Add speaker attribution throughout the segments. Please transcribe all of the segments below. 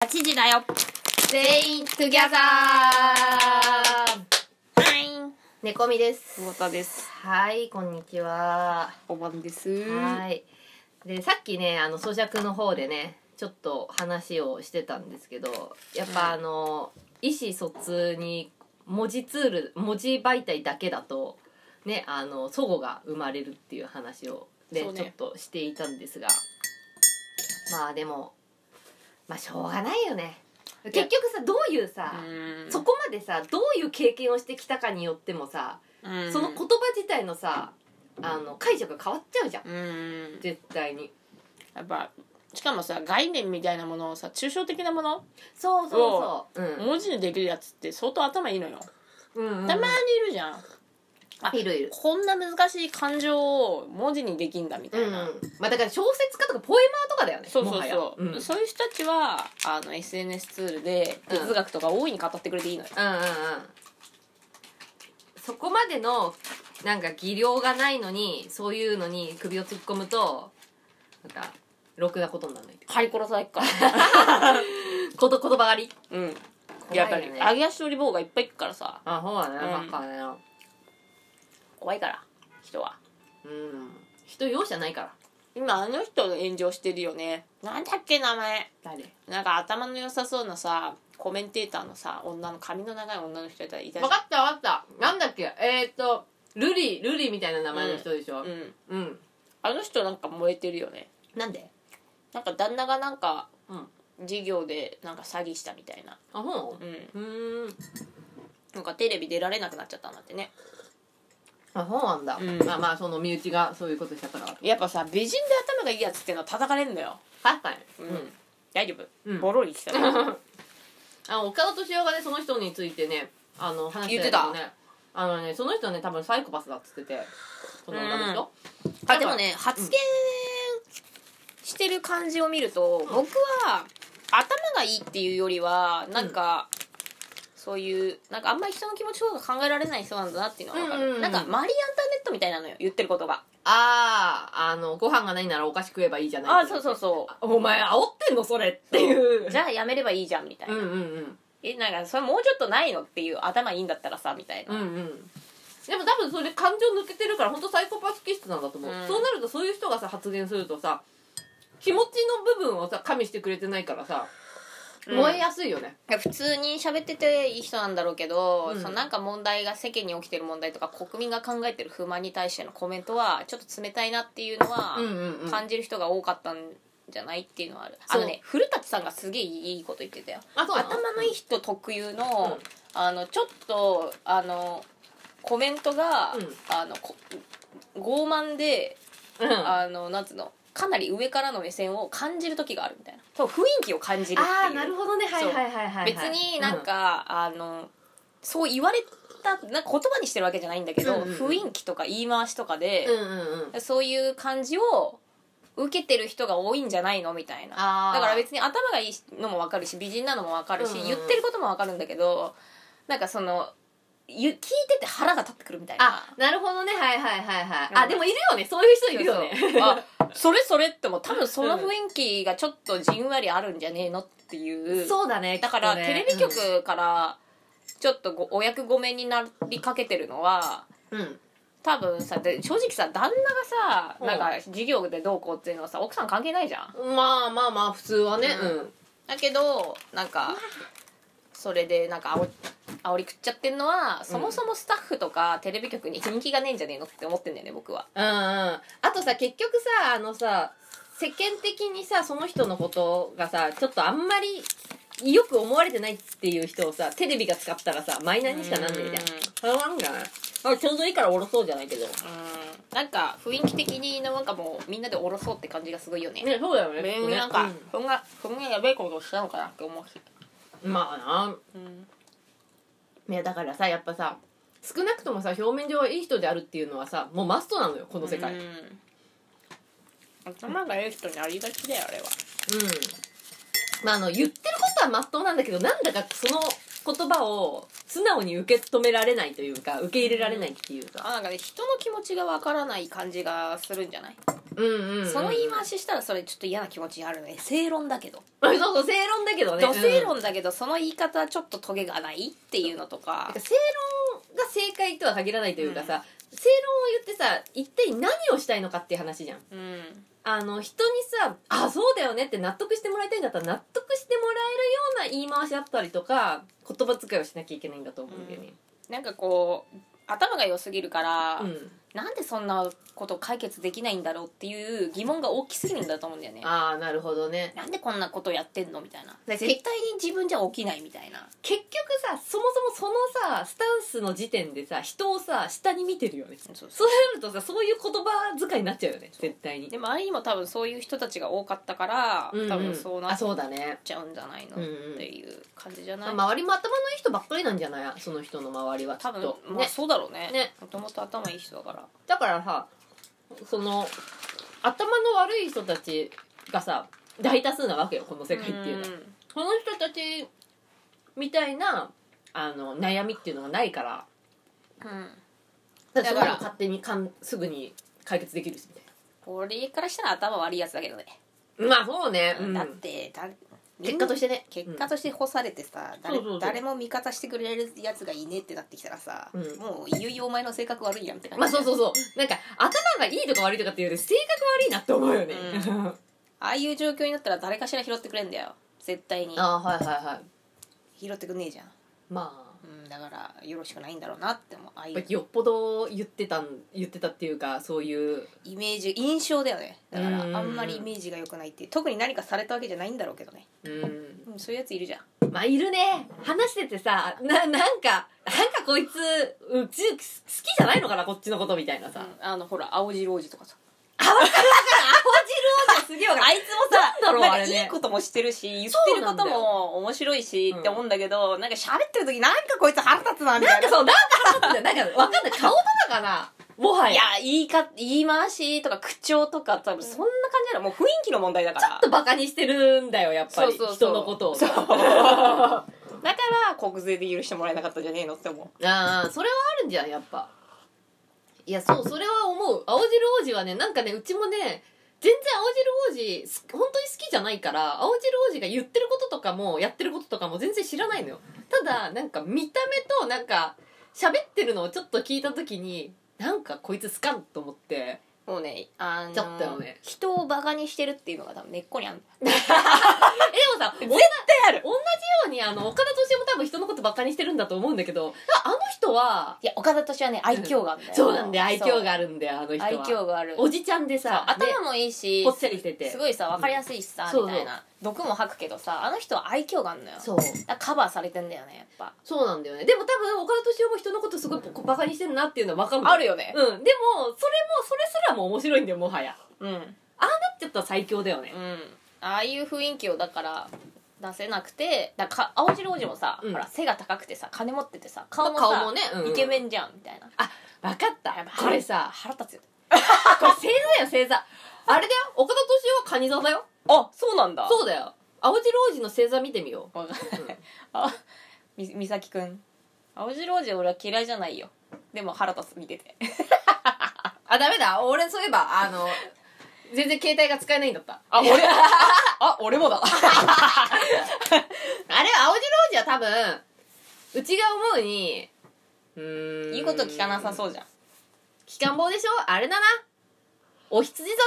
Speaker 1: 11時だよ。
Speaker 2: 全員トゥギャザー
Speaker 1: はい。
Speaker 2: 猫みです
Speaker 1: 久保田です。
Speaker 2: はいこんにちは
Speaker 1: おばんです。
Speaker 2: はいでさっきねあの咀嚼の方でねちょっと話をしてたんですけどやっぱあの、意思疎通に文字ツール文字媒体だけだとねあの齟齬が生まれるっていう話をね
Speaker 1: そうね
Speaker 2: ちょっとしていたんですがまあでもまあしょうがないよね結局さどういうさ、
Speaker 1: うん
Speaker 2: そこまでさどういう経験をしてきたかによってもさ、
Speaker 1: うん
Speaker 2: その言葉自体のさあの解釈が変わっちゃうじゃん
Speaker 1: うん。
Speaker 2: 絶対に
Speaker 1: やっぱ、しかもさ、概念みたいなものをさ、抽象的なもの、
Speaker 2: そうそうそう、
Speaker 1: 文字にできるやつって相当頭いいのよ。
Speaker 2: うんうんうん、
Speaker 1: たまにいるじゃん。あ
Speaker 2: いるいる
Speaker 1: こんな難しい感情を文字にできんだみ
Speaker 2: う
Speaker 1: た
Speaker 2: んう
Speaker 1: い
Speaker 2: ん
Speaker 1: な。
Speaker 2: まあだから小説家とかポエマーとかだよね
Speaker 1: そうそう
Speaker 2: もはや
Speaker 1: そう、
Speaker 2: ん、うんうんうん
Speaker 1: そういう人たちはあの SNS ツールで
Speaker 2: うん
Speaker 1: 哲学とか大いに語ってくれていいのよ、
Speaker 2: そこまでのなんか技量がないのにそういうのに首を突っ込むとなんかろくなことにならない
Speaker 1: 張り殺されっから
Speaker 2: こと言葉狩り
Speaker 1: うんやっぱ
Speaker 2: 怖い
Speaker 1: り
Speaker 2: よね
Speaker 1: 揚げ足取り棒がいっぱいいくからさ
Speaker 2: あそうだね、
Speaker 1: う
Speaker 2: バ
Speaker 1: ん
Speaker 2: カだよ
Speaker 1: 怖いから人は
Speaker 2: うん人容赦ないから
Speaker 1: 今あの人の炎上してるよねなんだっけ名前
Speaker 2: 誰
Speaker 1: なんか頭の良さそうなさコメンテーターのさ女の髪の長い女の人いたいたじゃ
Speaker 2: 分
Speaker 1: ん
Speaker 2: かった分かったなんだっけえー、っとルリルリみたいな名前の人でしょ
Speaker 1: うん
Speaker 2: うん、
Speaker 1: あの人なんか燃えてるよね
Speaker 2: なんで
Speaker 1: なんか旦那がなんか
Speaker 2: うん
Speaker 1: 事業でなんか詐欺したみたいな
Speaker 2: あほ
Speaker 1: うん
Speaker 2: ううーん
Speaker 1: なんかテレビ出られなくなっちゃったんだってね
Speaker 2: あそうなんだ、
Speaker 1: うん
Speaker 2: まあまあその身内がそういうことしちゃったから
Speaker 1: やっぱさ美人で頭がいいやつっていうのは叩かれんのよ
Speaker 2: 確かに
Speaker 1: う、
Speaker 2: うんん、
Speaker 1: 大丈夫、
Speaker 2: うん
Speaker 1: ボロリしたら
Speaker 2: あ岡田敏夫がねその人についてねあの話してよね
Speaker 1: 言
Speaker 2: あのねその人ね多分サイコパスだっつっててその女の人、
Speaker 1: あでもね発言してる感じを見ると、僕は頭がいいっていうよりはなんか、そういうなんかあんまり人の気持ちとか考えられない人なんだなっていうのは分かる、
Speaker 2: うんうんうん
Speaker 1: なんかマリー・アンターネットみたいなのよ言ってることが、
Speaker 2: あああのご飯がないならお菓子食えばいいじゃない
Speaker 1: ああそうそうそ
Speaker 2: お前煽ってんのそれっていう
Speaker 1: うじゃあやめればいいじゃんみたいな、
Speaker 2: うんうんうん
Speaker 1: えなんかそれもうちょっとないのっていう頭いいんだったらさみたいな、
Speaker 2: うんうんでも多分それ感情抜けてるから本当サイコパス気質なんだと思う、
Speaker 1: うん
Speaker 2: そうなるとそういう人がさ発言するとさ気持ちの部分をさ加味してくれてないからさ、
Speaker 1: うん
Speaker 2: 燃えやすいよね
Speaker 1: いや普通に喋ってていい人なんだろうけど、
Speaker 2: うん
Speaker 1: そのなんか問題が世間に起きてる問題とか国民が考えてる不満に対してのコメントはちょっと冷たいなっていうのは
Speaker 2: うんうんうん
Speaker 1: 感じる人が多かったんじゃないっていうのはある、
Speaker 2: そう
Speaker 1: あのね古舘さんがすげえいいこと言ってたよ
Speaker 2: あそうなの
Speaker 1: 頭のいい人特有の,、
Speaker 2: うん
Speaker 1: あのちょっとあのコメントが、
Speaker 2: うん
Speaker 1: あのこ傲慢で、
Speaker 2: うんあ
Speaker 1: あのなんつうのかなり上からの目線を感じる時があるみたいな多分雰囲気を感じるっていう
Speaker 2: あーなるほどねはいはいはいはい、はい、
Speaker 1: 別になんか、あのそう言われたなんか言葉にしてるわけじゃないんだけど、
Speaker 2: うんうんうん
Speaker 1: 雰囲気とか言い回しとかで
Speaker 2: うん、うんうんうん
Speaker 1: そういう感じを受けてる人が多いんじゃないのみたいな
Speaker 2: あー
Speaker 1: だから別に頭がいいのも分かるし美人なのも分かるし、
Speaker 2: うんうん
Speaker 1: 言ってることも分かるんだけどなんかそのゆ聞いてて腹が立ってくるみたいな
Speaker 2: あなるほどねはいはいはいはい、
Speaker 1: うん
Speaker 2: あでもいるよねそういう人いるよね
Speaker 1: そうそうあそれそれってもう多分その雰囲気がちょっとじんわりあるんじゃねえのっていう
Speaker 2: そうだね
Speaker 1: だから
Speaker 2: きっと
Speaker 1: テ
Speaker 2: ね
Speaker 1: レビ局からちょっとごお役御免になりかけてるのは
Speaker 2: うん、うん
Speaker 1: 多分さで正直さ旦那が
Speaker 2: う
Speaker 1: さ
Speaker 2: ん
Speaker 1: なんか事業でどうこうっていうのはさ奥さん関係ないじゃん
Speaker 2: まあまあまあ普通はね
Speaker 1: う
Speaker 2: うんん、
Speaker 1: だけどなんかそれでなんか煽煽り食っちゃってんのはそもそもスタッフとかテレビ局に人気がねえんじゃねえのって思ってんだよね僕は
Speaker 2: うんうんあとさ結局さあのさ世間的にさその人のことがさちょっとあんまりよく思われてないっていう人をさテレビが使ったらさマイナーにしかなんねえじゃんそれはなんじゃないあちょうどいいからおろそうじゃないけどね
Speaker 1: うんなんか雰囲気的になんかもうみんなでおろそうって感じがすごいよね
Speaker 2: そうだよね
Speaker 1: 別になんか、そんなそんなやべえことしたのかなって思うし、
Speaker 2: うんまあ
Speaker 1: うん
Speaker 2: ないやだからさやっぱさ少なくともさ表面上はいい人であるっていうのはさもうマストなのよこの世界うん、
Speaker 1: 頭がいい人にありがちだよあれは
Speaker 2: まああの言ってることはまっとうなんだけどなんだかその言葉を素直に受け止められないというか受け入れられないっていうか
Speaker 1: あなんかね人の気持ちがわからない感じがするんじゃない
Speaker 2: うんうんうん
Speaker 1: その言い回
Speaker 2: し
Speaker 1: ししたらそれちょっと嫌な気持ちあるね正論だけど
Speaker 2: そうそう正論だけどね
Speaker 1: 土正論だけどその言い方はちょっとトゲがないっていうのと
Speaker 2: なん
Speaker 1: か
Speaker 2: か正論が正解とは限らないというかさ、正論を言ってさ一体何をしたいのかっていう話じゃん
Speaker 1: うん
Speaker 2: あの人にさ「あそうだよね」って納得してもらいたいんだったら納得してもらえるような言い回しだったりとか言葉遣いをしなきゃいけないんだと思うんだよね、
Speaker 1: なんかこう頭が良すぎるから、
Speaker 2: うん
Speaker 1: なんでそんなこと解決できないんだろうっていう疑問が大きすぎるんだと思うんだよね
Speaker 2: ああなるほどね
Speaker 1: なんでこんなことやってんのみたいな
Speaker 2: け
Speaker 1: 絶対に自分じゃ起きないみたいな
Speaker 2: 結局さそもそもそのさスタンスの時点でさ人をさ下に見てるよね
Speaker 1: そう
Speaker 2: そうなるとさそういう言葉遣いになっちゃうよね絶対に
Speaker 1: で周りにも多分そういう人たちが多かったから、
Speaker 2: うんうん
Speaker 1: 多分そうな
Speaker 2: あ
Speaker 1: っ
Speaker 2: そうだね
Speaker 1: ちゃうんじゃないの、
Speaker 2: うんうん
Speaker 1: っていう感じじゃない、
Speaker 2: 周りも頭のいい人ばっかりなんじゃないその人の周りはき
Speaker 1: 多
Speaker 2: っ
Speaker 1: 分、
Speaker 2: と、
Speaker 1: まあ
Speaker 2: ね、
Speaker 1: そうだろうね
Speaker 2: ね
Speaker 1: もともと頭いい人だから
Speaker 2: だからさその頭の悪い人たちがさ大多数なわけよこの世界っていうのは
Speaker 1: ん
Speaker 2: その人たちみたいなあの悩みっていうのがないから
Speaker 1: うん
Speaker 2: だから
Speaker 1: だか
Speaker 2: そ
Speaker 1: ら
Speaker 2: んなの勝手にかんすぐに解決できるしみたい
Speaker 1: 俺からしたら頭悪いやつだけどね、
Speaker 2: なまあそうね、うん
Speaker 1: だってだ
Speaker 2: 結果としてね
Speaker 1: 結果として干されてさ、誰
Speaker 2: そうそうそう
Speaker 1: 誰も味方してくれるやつがいねえってなってきたらさ、
Speaker 2: うん
Speaker 1: もういよいよお前の性格悪いやんって
Speaker 2: う
Speaker 1: 感
Speaker 2: ん
Speaker 1: じ
Speaker 2: まあそうそうそうなんか頭がいいとか悪いとかっていうより性格悪いなって思うよね、
Speaker 1: う ああいう状況になったら誰かしら拾ってくれんだよ絶対に
Speaker 2: ああはいはいはい
Speaker 1: 拾ってくんねえじゃん、
Speaker 2: まあ
Speaker 1: うん、だからよろしくないんだろうなって思うああい
Speaker 2: やっ
Speaker 1: う
Speaker 2: ぱよっぽど言ってたん言ってたっていうかそういう
Speaker 1: イメージ印象だよねだから
Speaker 2: うん
Speaker 1: あんまりイメージが良くないっていう特に何かされたわけじゃないんだろうけどね、
Speaker 2: うん
Speaker 1: うん、そういうやついるじゃん
Speaker 2: まあいるね話しててさななんかなんかこいつうち好きじゃないのかなこっちのことみたいなさ、
Speaker 1: うんあのほら青白王子とかさ
Speaker 2: 青汁王子すげえわかる
Speaker 1: あいつもさ
Speaker 2: なんだろう
Speaker 1: なんか
Speaker 2: あれね
Speaker 1: いいこともしてるし言ってることも面白いしって思うんだけどなんか喋ってる時なんかこいつ腹立つなみた
Speaker 2: ないん
Speaker 1: な
Speaker 2: かそうなんか腹立つんだよなんかわかんない顔とかかなもはいや
Speaker 1: や言いか言い回しとか口調とか多分そんな感じなのもう雰囲気の問題だか
Speaker 2: ちょっ
Speaker 1: ら
Speaker 2: とバカにしてるんだよやっぱり
Speaker 1: そうそうそう
Speaker 2: 人のことを
Speaker 1: そう
Speaker 2: あ
Speaker 1: だから国税で許してもらえなかったんじゃねえのって思う
Speaker 2: あそれはあるんじゃんやっぱいやそうそれは思う青汁王子はねなんかねうちもね全然青汁王子す本当に好きじゃないから青汁王子が言ってることとかもやってることとかも全然知らないのよただなんか見た目となんか喋ってるのをちょっと聞いた時になんかこいつ好かんと思って
Speaker 1: もうねあの
Speaker 2: ちょっとよね
Speaker 1: 人をバカにしてるっていうのが多分根っこにあるんだよ
Speaker 2: えでもさ同じよ
Speaker 1: ある
Speaker 2: うにあの岡田斗司夫も多分人のことばっかにしてるんだと思うんだけどああの人はい
Speaker 1: や岡田敏はね愛嬌があるんだよ
Speaker 2: そうなんで愛嬌が
Speaker 1: あ
Speaker 2: あるんだよあの人は
Speaker 1: 愛嬌がある
Speaker 2: おじちゃんでさ
Speaker 1: そう
Speaker 2: ね
Speaker 1: 頭もいいし、
Speaker 2: ぽっちゃりしてて
Speaker 1: すごいさ分かりやすいしさ、
Speaker 2: うん
Speaker 1: みたいな毒も吐くけどさあの人は愛嬌があるのよ
Speaker 2: そう
Speaker 1: だからカバーされてんだよねやっぱ
Speaker 2: そうなんだよねでも多分岡田斗司夫も人のことすごいこうバカにしてるなっていうのは分かる
Speaker 1: あるよね
Speaker 2: うんでもそれもそれすらも面白いんだよもはや
Speaker 1: うんうん
Speaker 2: なっちゃったら最強だよね
Speaker 1: ああいう雰囲気をだから出せなくてだからか青白王子もさ、
Speaker 2: うん
Speaker 1: ほら背が高くてさ金持っててさ顔もさ
Speaker 2: 顔もねう
Speaker 1: イ
Speaker 2: ん
Speaker 1: ケメンじゃんみたいな
Speaker 2: 分かった
Speaker 1: やばい
Speaker 2: これさ
Speaker 1: 腹立つよ
Speaker 2: これ星座よ星座あれだよ岡田斗司夫はカニ座だよ
Speaker 1: あそうなんだ
Speaker 2: そうだよ青汁王子の星座見てみよ
Speaker 1: わかんな
Speaker 2: うん
Speaker 1: いあみみさきくん青白王子俺は嫌いじゃないよでも腹立つ見てて
Speaker 2: うあダメだ俺そういえばあの全然携帯が使えないんだった
Speaker 1: あ俺 あ俺も だ
Speaker 2: あれ青白王子は多分うちが思うにうーん
Speaker 1: 言うこと聞かなさそうじゃん
Speaker 2: 機関棒でしょあれだなお羊座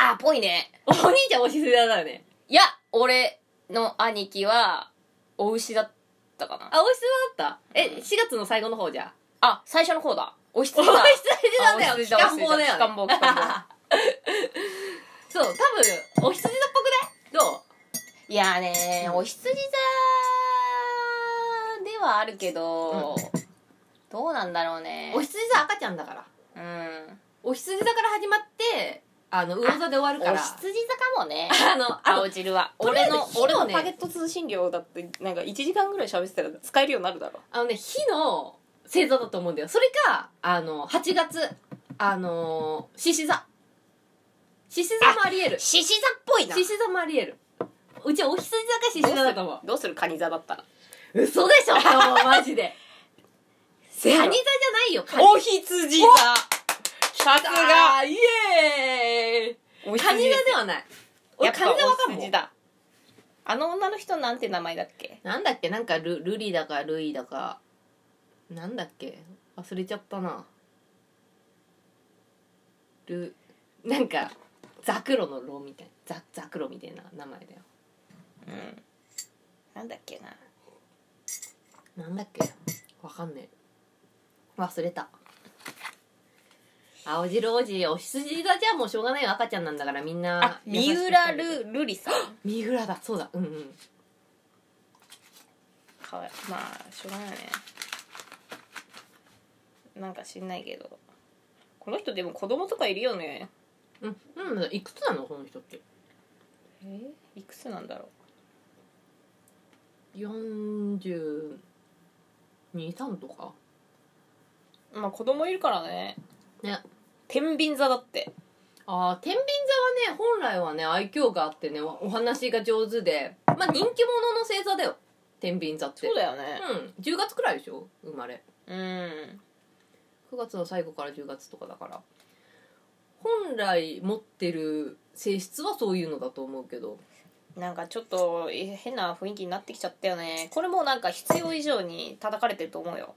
Speaker 1: あぽいね
Speaker 2: だなお兄ちゃんお羊座だよね
Speaker 1: いや俺の兄貴はお牛だったかな
Speaker 2: あお羊座だったえ4月の最後の方じゃ
Speaker 1: あ最初の方だお羊
Speaker 2: お
Speaker 1: だ
Speaker 2: 羊座だ
Speaker 1: あお
Speaker 2: よ
Speaker 1: 羊
Speaker 2: 機
Speaker 1: 座
Speaker 2: 関棒だよ、ね、
Speaker 1: 機関棒機関棒
Speaker 2: そう多分お羊座っぽくないど
Speaker 1: いやーねーお羊座ではあるけど、どうなんだろうね
Speaker 2: うお羊座赤ちゃんだから
Speaker 1: うん
Speaker 2: お羊座から始まってあの魚座で終わるか
Speaker 1: お
Speaker 2: ら
Speaker 1: 羊座かも ね
Speaker 2: あのあ
Speaker 1: 青汁は
Speaker 2: とり
Speaker 1: 俺
Speaker 2: あえず
Speaker 1: の
Speaker 2: 火を
Speaker 1: 俺の
Speaker 2: ね
Speaker 1: パケット通信料だってなんか1時間ぐらい喋ってたら使えるようになるだろ
Speaker 2: あのね、火の星座だと思うんだよ。それか、あの、8月、あのー、獅子座。獅子座もあり得る。
Speaker 1: 獅子座っぽい
Speaker 2: 獅子座もあり得る。うちはお羊座か獅子座だと思
Speaker 1: どうするカニ座だったら
Speaker 2: う。嘘でしょ、マジで。カニ座じゃないよ、カニ。
Speaker 1: お羊座さすが
Speaker 2: あイエーイカニラではない俺
Speaker 1: やっぱ
Speaker 2: カニラわかる
Speaker 1: お
Speaker 2: も
Speaker 1: 羊
Speaker 2: ん
Speaker 1: だあの女の人なんて名前だっけ
Speaker 2: なんだっけなんかルルリだかルイだかなんだっけ忘れちゃったなルなんかザクロのロみたいなザザクロみたいな名前だよ
Speaker 1: うんなんだっけな
Speaker 2: なんだっけわかんねえ忘れた青汁王子お羊座じゃもうしょうがないよ赤ちゃんなんだからみんな
Speaker 1: あ三浦るるりさん
Speaker 2: 三浦だそうだうんうん
Speaker 1: かわいまあしょうがないねなんか知んないけどこの人でも子供とかいるよね
Speaker 2: うん、うん、いくつなのこの人って
Speaker 1: えいくつなんだろう
Speaker 2: 423とか
Speaker 1: まあ子供いるからね
Speaker 2: ね
Speaker 1: 天秤座だって
Speaker 2: ああ天秤座はね本来はね愛嬌があってねお話が上手でまあ人気者の星座だよ天秤座って
Speaker 1: そうだよね
Speaker 2: うん10月くらいでしょ生まれ
Speaker 1: うん
Speaker 2: 9月の最後から10月とかだから本来持ってる性質はそういうのだと思うけど
Speaker 1: なんかちょっとえ変な雰囲気になってきちゃったよねこれもうなんか必要以上に叩かれてると思うよ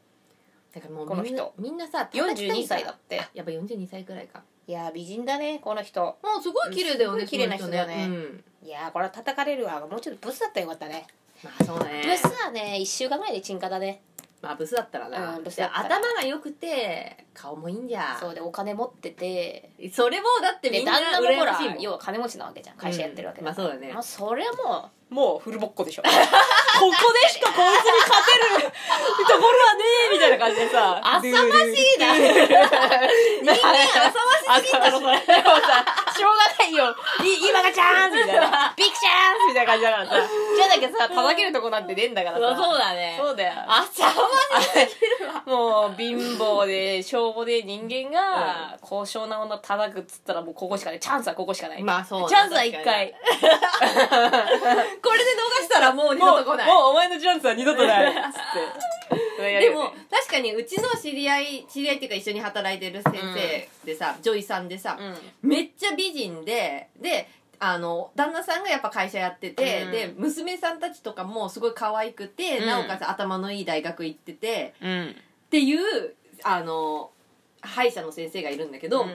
Speaker 2: だからもう
Speaker 1: この
Speaker 2: みんな
Speaker 1: 人
Speaker 2: みんなさ
Speaker 1: 42歳だって
Speaker 2: やっぱ42歳くらいか
Speaker 1: いやー美人だねこの人
Speaker 2: もうすごい綺麗だよ
Speaker 1: すご
Speaker 2: ね
Speaker 1: い綺麗な人だよね
Speaker 2: この人うん
Speaker 1: いやーこれは叩かれるわもうちょっとブスだったらよかったね
Speaker 2: まあそうね
Speaker 1: ブスはね1週間ぐらいで沈下だね
Speaker 2: まあブスだったらな、
Speaker 1: うんブスだったら
Speaker 2: で頭が良くて顔もいいんじゃ
Speaker 1: そうでお金持ってて
Speaker 2: それもだってみ
Speaker 1: で
Speaker 2: んな
Speaker 1: 旦那もほ
Speaker 2: 羨ま
Speaker 1: ら
Speaker 2: しいもん
Speaker 1: 要は金持ちなわけじゃん会社やってるわけ
Speaker 2: うんまあそうだね
Speaker 1: まあ、それはもうもうフルボッコでしょ ここでしかこいつに勝てるところはねえみたいな感じでさ
Speaker 2: 浅ま
Speaker 1: しい な人間浅ましすぎんだろそれで もさしょうがないよい今がチャンスみたい なビッグチャンスみたいな感じだからさじゃなきゃさ叩けるとこなんてねえんだから
Speaker 2: そう
Speaker 1: さ
Speaker 2: そうだね
Speaker 1: そうだよ
Speaker 2: 浅 ま
Speaker 1: もう貧乏でしょうもで人間が高尚な女叩くっつったらもうここしかないチャンスはここしかない
Speaker 2: まあそうね
Speaker 1: チャンスは一回
Speaker 2: これで逃したらもう二
Speaker 1: もう
Speaker 2: 度と来ない
Speaker 1: もうお前のチャンスは二度と ないっつって
Speaker 2: でも確かにうちの知り合い知り合いっていうか一緒に働いてる先生でさ、女医さんでさ
Speaker 1: う、ん
Speaker 2: めっちゃ美人でであの旦那さんがやっぱ会社やってて、
Speaker 1: うん
Speaker 2: で娘さんたちとかもすごい可愛くて、
Speaker 1: うん
Speaker 2: なおかつ頭のいい大学行ってて
Speaker 1: うん
Speaker 2: っていうあの歯医者の先生がいるんだけど、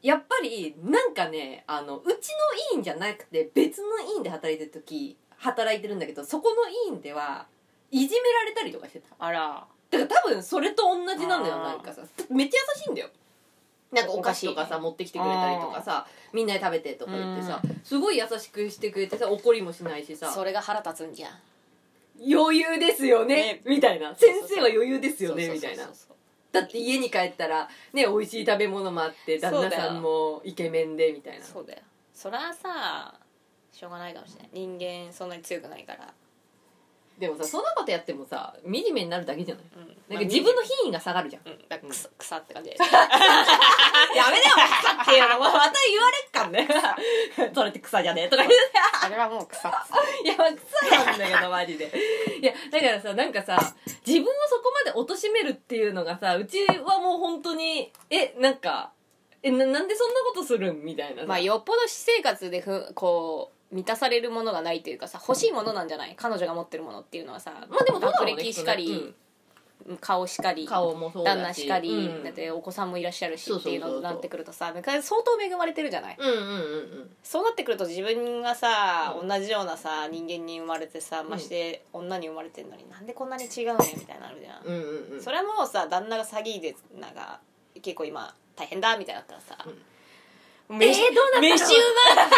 Speaker 2: やっぱりなんかねあのうちの委員じゃなくて別の委員で働いてる時働いてるんだけどそこの委員ではいじめられたりとかしてた
Speaker 1: あら
Speaker 2: だから多分それと同じなんだよ
Speaker 1: あー
Speaker 2: なんかさめっちゃ優しいんだよなんかお菓子とかさ持ってきてくれたりとかさみんなで食べてとか言ってさすごい優しくしてくれてさ怒りもしないしさ
Speaker 1: それが腹立つんじゃん
Speaker 2: 余裕ですよね
Speaker 1: ね
Speaker 2: みたいな
Speaker 1: そう
Speaker 2: 先
Speaker 1: そうそう
Speaker 2: 生は余裕ですよねみたいな
Speaker 1: そうそう
Speaker 2: だって家に帰ったらね美味しい食べ物もあって旦那さんもイケメンでみたいな
Speaker 1: そうそうそうだよそりゃさしょうがないかもしれない人間そんなに強くないから
Speaker 2: でもさそんなことやってもさ惨めになるだけじゃない
Speaker 1: うん
Speaker 2: なんか自分の品位が下がるじゃん
Speaker 1: うんだから草草って 感じ
Speaker 2: やめなよ 草っていうのまた言われっかん ねそれって草じゃねえとか言う
Speaker 1: あれはもう草っす
Speaker 2: いや、まあ草なんだけ ど、マジで。いや、だからさ、なんかさ、自分をそこまで貶めるっていうのがさ、うちはもう本当に、え、なんか、え、ななんでそんなことするんみたいなさ。
Speaker 1: まあよっぽど私生活でふこう満たされるものがないというかさ欲しいものなんじゃない彼女が持ってるものっていうのはさ
Speaker 2: まあでもそうだろうね
Speaker 1: 学歴しかり、顔しかり
Speaker 2: 顔もそうだし。
Speaker 1: 旦那しかり、
Speaker 2: うん、
Speaker 1: だってお子さんもいらっしゃるし
Speaker 2: そう
Speaker 1: っ
Speaker 2: そう
Speaker 1: ていう
Speaker 2: そ
Speaker 1: う
Speaker 2: そう
Speaker 1: のになってくるとさなんか相当恵まれてるじゃない、
Speaker 2: うんうんうん
Speaker 1: そうなってくると自分がさ、
Speaker 2: う
Speaker 1: 同じようなさ人間に生まれてさまして女に生まれてんのになんでこんなに違うねみたいになるじゃん、
Speaker 2: うん。うんうんうん。
Speaker 1: それはもうさ旦那が詐欺でなんか結構今大変だみたいになったらさ、飯
Speaker 2: えーどうなったの
Speaker 1: 飯う まい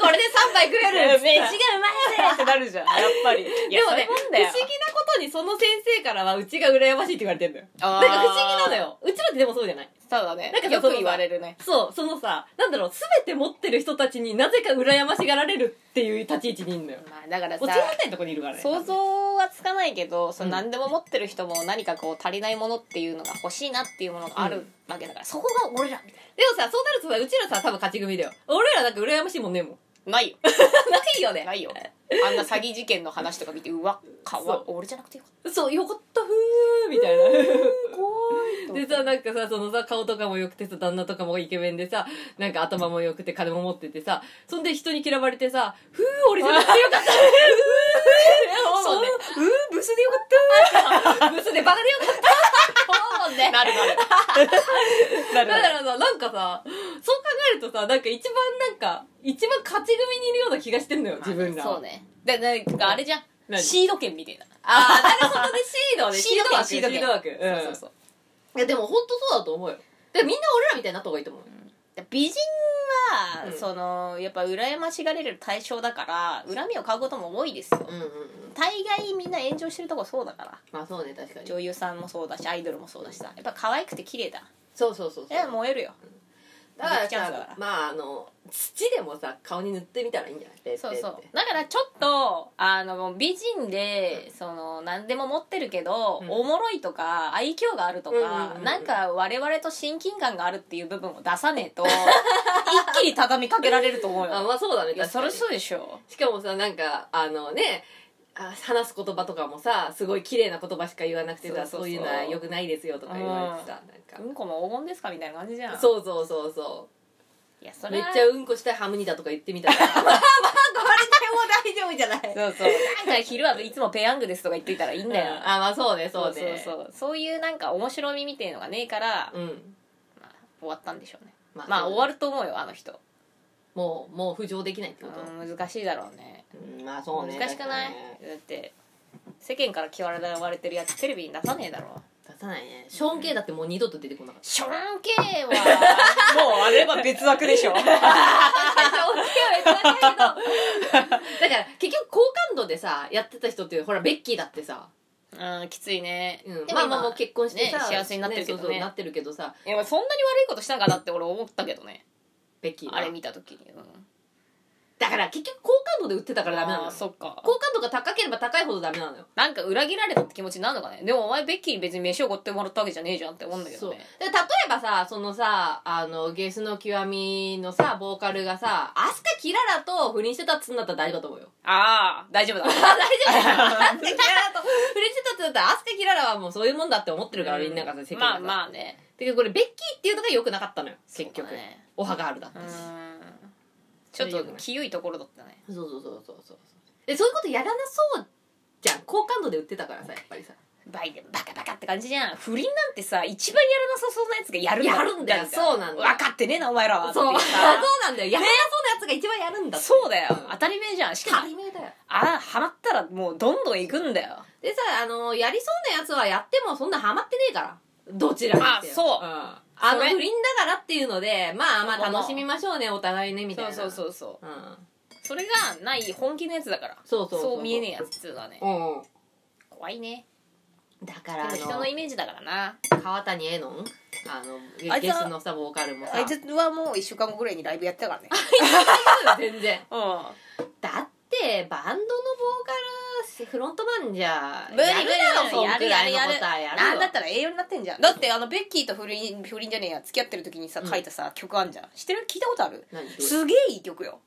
Speaker 2: これで3杯食えるっつっ
Speaker 1: 飯
Speaker 2: て
Speaker 1: がうまいねってなるじゃんやっぱ りい
Speaker 2: で
Speaker 1: や
Speaker 2: も
Speaker 1: そ
Speaker 2: ね、
Speaker 1: ういうもん
Speaker 2: 不
Speaker 1: だ
Speaker 2: 思議
Speaker 1: よ
Speaker 2: なことにその先生からはうちが羨ましいって言われてんだよ。
Speaker 1: あ
Speaker 2: なん
Speaker 1: ー
Speaker 2: か不思議なのよ。うちらってでもそうじゃない
Speaker 1: そうだね
Speaker 2: なんかさ
Speaker 1: よく言われるね
Speaker 2: そう、そのさ、なんだろう、すべて持ってる人たちになぜか羨ましがられるっていう立ち位置にいるのよ。
Speaker 1: まあだからさ
Speaker 2: 落ちられないとこにいるからね。
Speaker 1: 想像はつかないけどその
Speaker 2: うん
Speaker 1: 何でも持ってる人も何かこう足りないものっていうのが欲しいなっていうものがあるわけだから、そこが俺らみたい
Speaker 2: でもさ、そうなるとさ、うちらさ、多分勝ち組だよ。俺らなんか羨ましいもんねえもん。
Speaker 1: なないよ
Speaker 2: ないよね。
Speaker 1: ないよあんな詐欺事件の話とか見てうわかわ俺じゃなくてよかっ
Speaker 2: そうよかったふーみたいな
Speaker 1: た怖
Speaker 2: でさなんかさそのさ顔とかも良くてさ旦那とかもイケメンでさなんか頭も良くて金も持っててさそんで人に嫌われてさ「ふー俺じゃなくてよかっ たふー
Speaker 1: そうね
Speaker 2: うーブスでよかったブスでバカでよかった思うもんね
Speaker 1: なるなるな
Speaker 2: だからさなんかさそう考えるとさなんか一番なんか一番勝ち組にいるような気がしてんのよ自分ら
Speaker 1: そうねだなんかあれじゃん
Speaker 2: 何
Speaker 1: シード権みたいな
Speaker 2: ああなるほどねシード ね
Speaker 1: シード権
Speaker 2: シード枠シード
Speaker 1: そ
Speaker 2: 枠うん
Speaker 1: うそうそう
Speaker 2: いやでも本当そうだと思うよでみんな俺らみたいになった方がいいと思う
Speaker 1: で美人は、
Speaker 2: うん
Speaker 1: そのやっぱ羨ましがれる対象だから恨みを買うことも多いですよ、
Speaker 2: うんうんうん
Speaker 1: 大概みんな炎上してるとこそうだから
Speaker 2: まあそうね確かに
Speaker 1: 女優さんもそうだしアイドルもそうだしさやっぱ可愛くて綺麗だ
Speaker 2: そうそうそうそう
Speaker 1: いや燃えるよ
Speaker 2: だから
Speaker 1: チャンスだか
Speaker 2: さ
Speaker 1: ら
Speaker 2: まああの土でもさ顔に塗ってみたらいいんじゃないペッ
Speaker 1: そう
Speaker 2: ペッ
Speaker 1: そ
Speaker 2: て
Speaker 1: うだからちょっとあの美人でその何でも持ってるけど、
Speaker 2: うん
Speaker 1: おもろいとか愛嬌があると
Speaker 2: うんうんうん
Speaker 1: か、
Speaker 2: うん
Speaker 1: なんか我々と親近感があるっていう部分を出さ ねえと一気に畳みかけられると思う
Speaker 2: あ
Speaker 1: よ
Speaker 2: まあそうだね
Speaker 1: いや
Speaker 2: 確か
Speaker 1: そ
Speaker 2: に
Speaker 1: れそうでしょ
Speaker 2: しかもさなんかあのねあ話す言葉とかもさすごい綺麗な言葉しか言わなくてさ
Speaker 1: そうそうそう
Speaker 2: そういうのはよくないですよとか言われてさな
Speaker 1: うん
Speaker 2: か
Speaker 1: んこも黄金ですかみたいな感じじゃん
Speaker 2: そうそうそうそう
Speaker 1: いやそ
Speaker 2: め
Speaker 1: れ
Speaker 2: っ
Speaker 1: は
Speaker 2: ちゃうんこしたいハムニだとか言ってみたら まあまあ壊れても大丈夫じゃない
Speaker 1: そう そうなんか昼はいつもペヤングですとか言ってたらいいんだよ、
Speaker 2: うんあまあそうねそうね
Speaker 1: そうそうそうそういうなんか面白みみてえのがねえから、
Speaker 2: うん
Speaker 1: まあ、終わったんでしょうね
Speaker 2: ま
Speaker 1: まあ終わ
Speaker 2: る
Speaker 1: ると思うよあの人、
Speaker 2: もうもう浮上できないってこと
Speaker 1: うん、難しいだろうね
Speaker 2: うんまあそうね
Speaker 1: 難しくないだって世間から嫌われてるやつテレビに出さねえだろ
Speaker 2: 出さないねショーン・ケイだってもう二度と出てこなかっ
Speaker 1: ショーン系 はもうあれは別枠でし ょ
Speaker 2: たショーン・ケイは別だけどだから結局好感度でさやってた人ってほらベッキーだってさ、
Speaker 1: うんきついね、
Speaker 2: うん、
Speaker 1: でも
Speaker 2: まあ
Speaker 1: 今
Speaker 2: まあもう結婚してさ、
Speaker 1: ね幸せになってるけどね
Speaker 2: そうそうなってるけどさ
Speaker 1: いやそんなに悪いことしたんかなって俺思ったけどね
Speaker 2: ベッキーは
Speaker 1: あれ見た時に、うん、
Speaker 2: だから結局好感度で売ってたからダメなの
Speaker 1: あー
Speaker 2: よ
Speaker 1: そっか
Speaker 2: 好感度が高ければ高いほどダメなのよ
Speaker 1: なんか裏切られたって気持ちになるのかねでもお前ベッキーに別に飯をおごってもらったわけじゃねえじゃんって思うんだけ
Speaker 2: そ
Speaker 1: ど
Speaker 2: う
Speaker 1: ね
Speaker 2: で例えばさそのさあのゲスの極みのさボーカルがさアスカキララと不倫してたっつんだったら大丈夫だと思うよ
Speaker 1: ああ大丈夫だ
Speaker 2: あ大丈夫だよアスカキララと不倫してたっつんだったらアスカキララはもうそういうもんだって思ってるから、みんながさ世間が
Speaker 1: ま
Speaker 2: さ
Speaker 1: あまあね
Speaker 2: だけどこれベッキーっていうのが良くなかったのよ結局、
Speaker 1: そうだね
Speaker 2: おはがあるだっ
Speaker 1: う
Speaker 2: たし、
Speaker 1: ーんちょっと清いところだったね
Speaker 2: そうそうそうそうそうでそういうことやらなそうじゃん好感度で売ってたからさやっぱりさ
Speaker 1: バイデンバカバカって感じじゃん不倫なんてさ一番やらなさそうなやつがやる
Speaker 2: やるんだよ
Speaker 1: ってさ
Speaker 2: そうなんだよ
Speaker 1: 分かってねえなお前らは
Speaker 2: そうそう
Speaker 1: ってさ
Speaker 2: なんだよやらなそうなやつが一番やるんだって
Speaker 1: そうだよ当たり前じゃんし
Speaker 2: 当
Speaker 1: か
Speaker 2: た
Speaker 1: も
Speaker 2: り前だよ
Speaker 1: あハマったらもうどんどんいくんだよ
Speaker 2: でさあのやりそうなやつはやってもそんなハマってねえからどちらにして
Speaker 1: あ
Speaker 2: も
Speaker 1: そうん
Speaker 2: あの
Speaker 1: それ
Speaker 2: 不倫だからっていうのでまあまあ
Speaker 1: もう
Speaker 2: 楽しみましょうねお互いねみたい
Speaker 1: そう
Speaker 2: な
Speaker 1: そうそううそう
Speaker 2: うん
Speaker 1: それがない本気のやつだから
Speaker 2: そうそう
Speaker 1: そう見えねえやつっていうのはね
Speaker 2: うん
Speaker 1: 怖いね
Speaker 2: だか
Speaker 1: で
Speaker 2: ら
Speaker 1: も
Speaker 2: あ
Speaker 1: 人の
Speaker 2: の
Speaker 1: イメージだからな
Speaker 2: 川谷絵音あの
Speaker 1: あいつ
Speaker 2: ゲ
Speaker 1: は
Speaker 2: スのさボーカルもさ
Speaker 1: あいつはもう1週間後ぐらいにライブやってたからね
Speaker 2: 全然
Speaker 1: う
Speaker 2: だってバンドのボーカルフロントマンじゃ
Speaker 1: ん無理無
Speaker 2: や
Speaker 1: 理
Speaker 2: るだろそん
Speaker 1: やる
Speaker 2: く
Speaker 1: や
Speaker 2: ら
Speaker 1: る
Speaker 2: いの
Speaker 1: や
Speaker 2: こ
Speaker 1: る
Speaker 2: とはやる
Speaker 1: なんだっ
Speaker 2: よ
Speaker 1: たら栄養になってんじゃんだってあのベッキーと不倫不倫じゃねえや付き合ってる時にさ書いたさ曲あんじゃん知ってる聞いたことある
Speaker 2: 何どれ
Speaker 1: すげえいい曲よ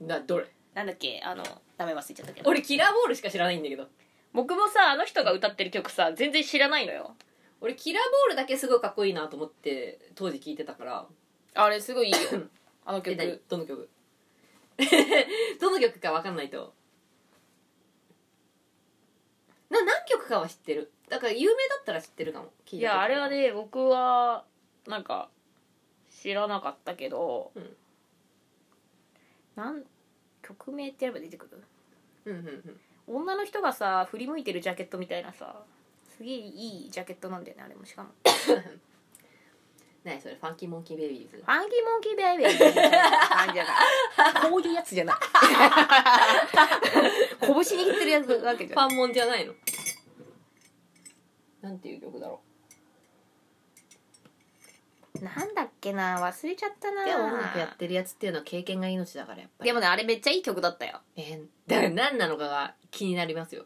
Speaker 2: などれ
Speaker 1: なんだっけあのダメ忘れちゃったけど
Speaker 2: 俺キラーボールしか知らないんだけど
Speaker 1: 僕もさあの人が歌ってる曲さ全然知らないのよ
Speaker 2: 俺キラーボールだけすごいかっこいいなと思って当時聞いてたから
Speaker 1: あれすごいいい よあの
Speaker 2: え何
Speaker 1: 曲
Speaker 2: どの 曲どの曲か分かんないとな何曲かは知ってるだから有名だったら知ってるかも聞
Speaker 1: い
Speaker 2: たこと
Speaker 1: やあれはね僕はなんか知らなかったけど、
Speaker 2: うん
Speaker 1: なん曲名ってやれば出てくる
Speaker 2: うんうんうん
Speaker 1: 女の人がさ振り向いてるジャケットみたいなさすげえいいジャケットなんだよねあれもしかも
Speaker 2: 何それファンキーモンキーベイビーズ
Speaker 1: ファンキーモンキーベイベーみたいな感じじゃ ないこういうやつじゃない拳握ってるやつわけじ
Speaker 2: フ
Speaker 1: ゃない
Speaker 2: ァンモンじゃないのなんていう曲だろ
Speaker 1: なんだっけな忘れちゃった
Speaker 2: う
Speaker 1: な
Speaker 2: でも音楽やってるやつっていうのは経験が命だからやっぱり
Speaker 1: でもねあれめっちゃいい曲だったよ
Speaker 2: えーだから何なのかが気になりますよ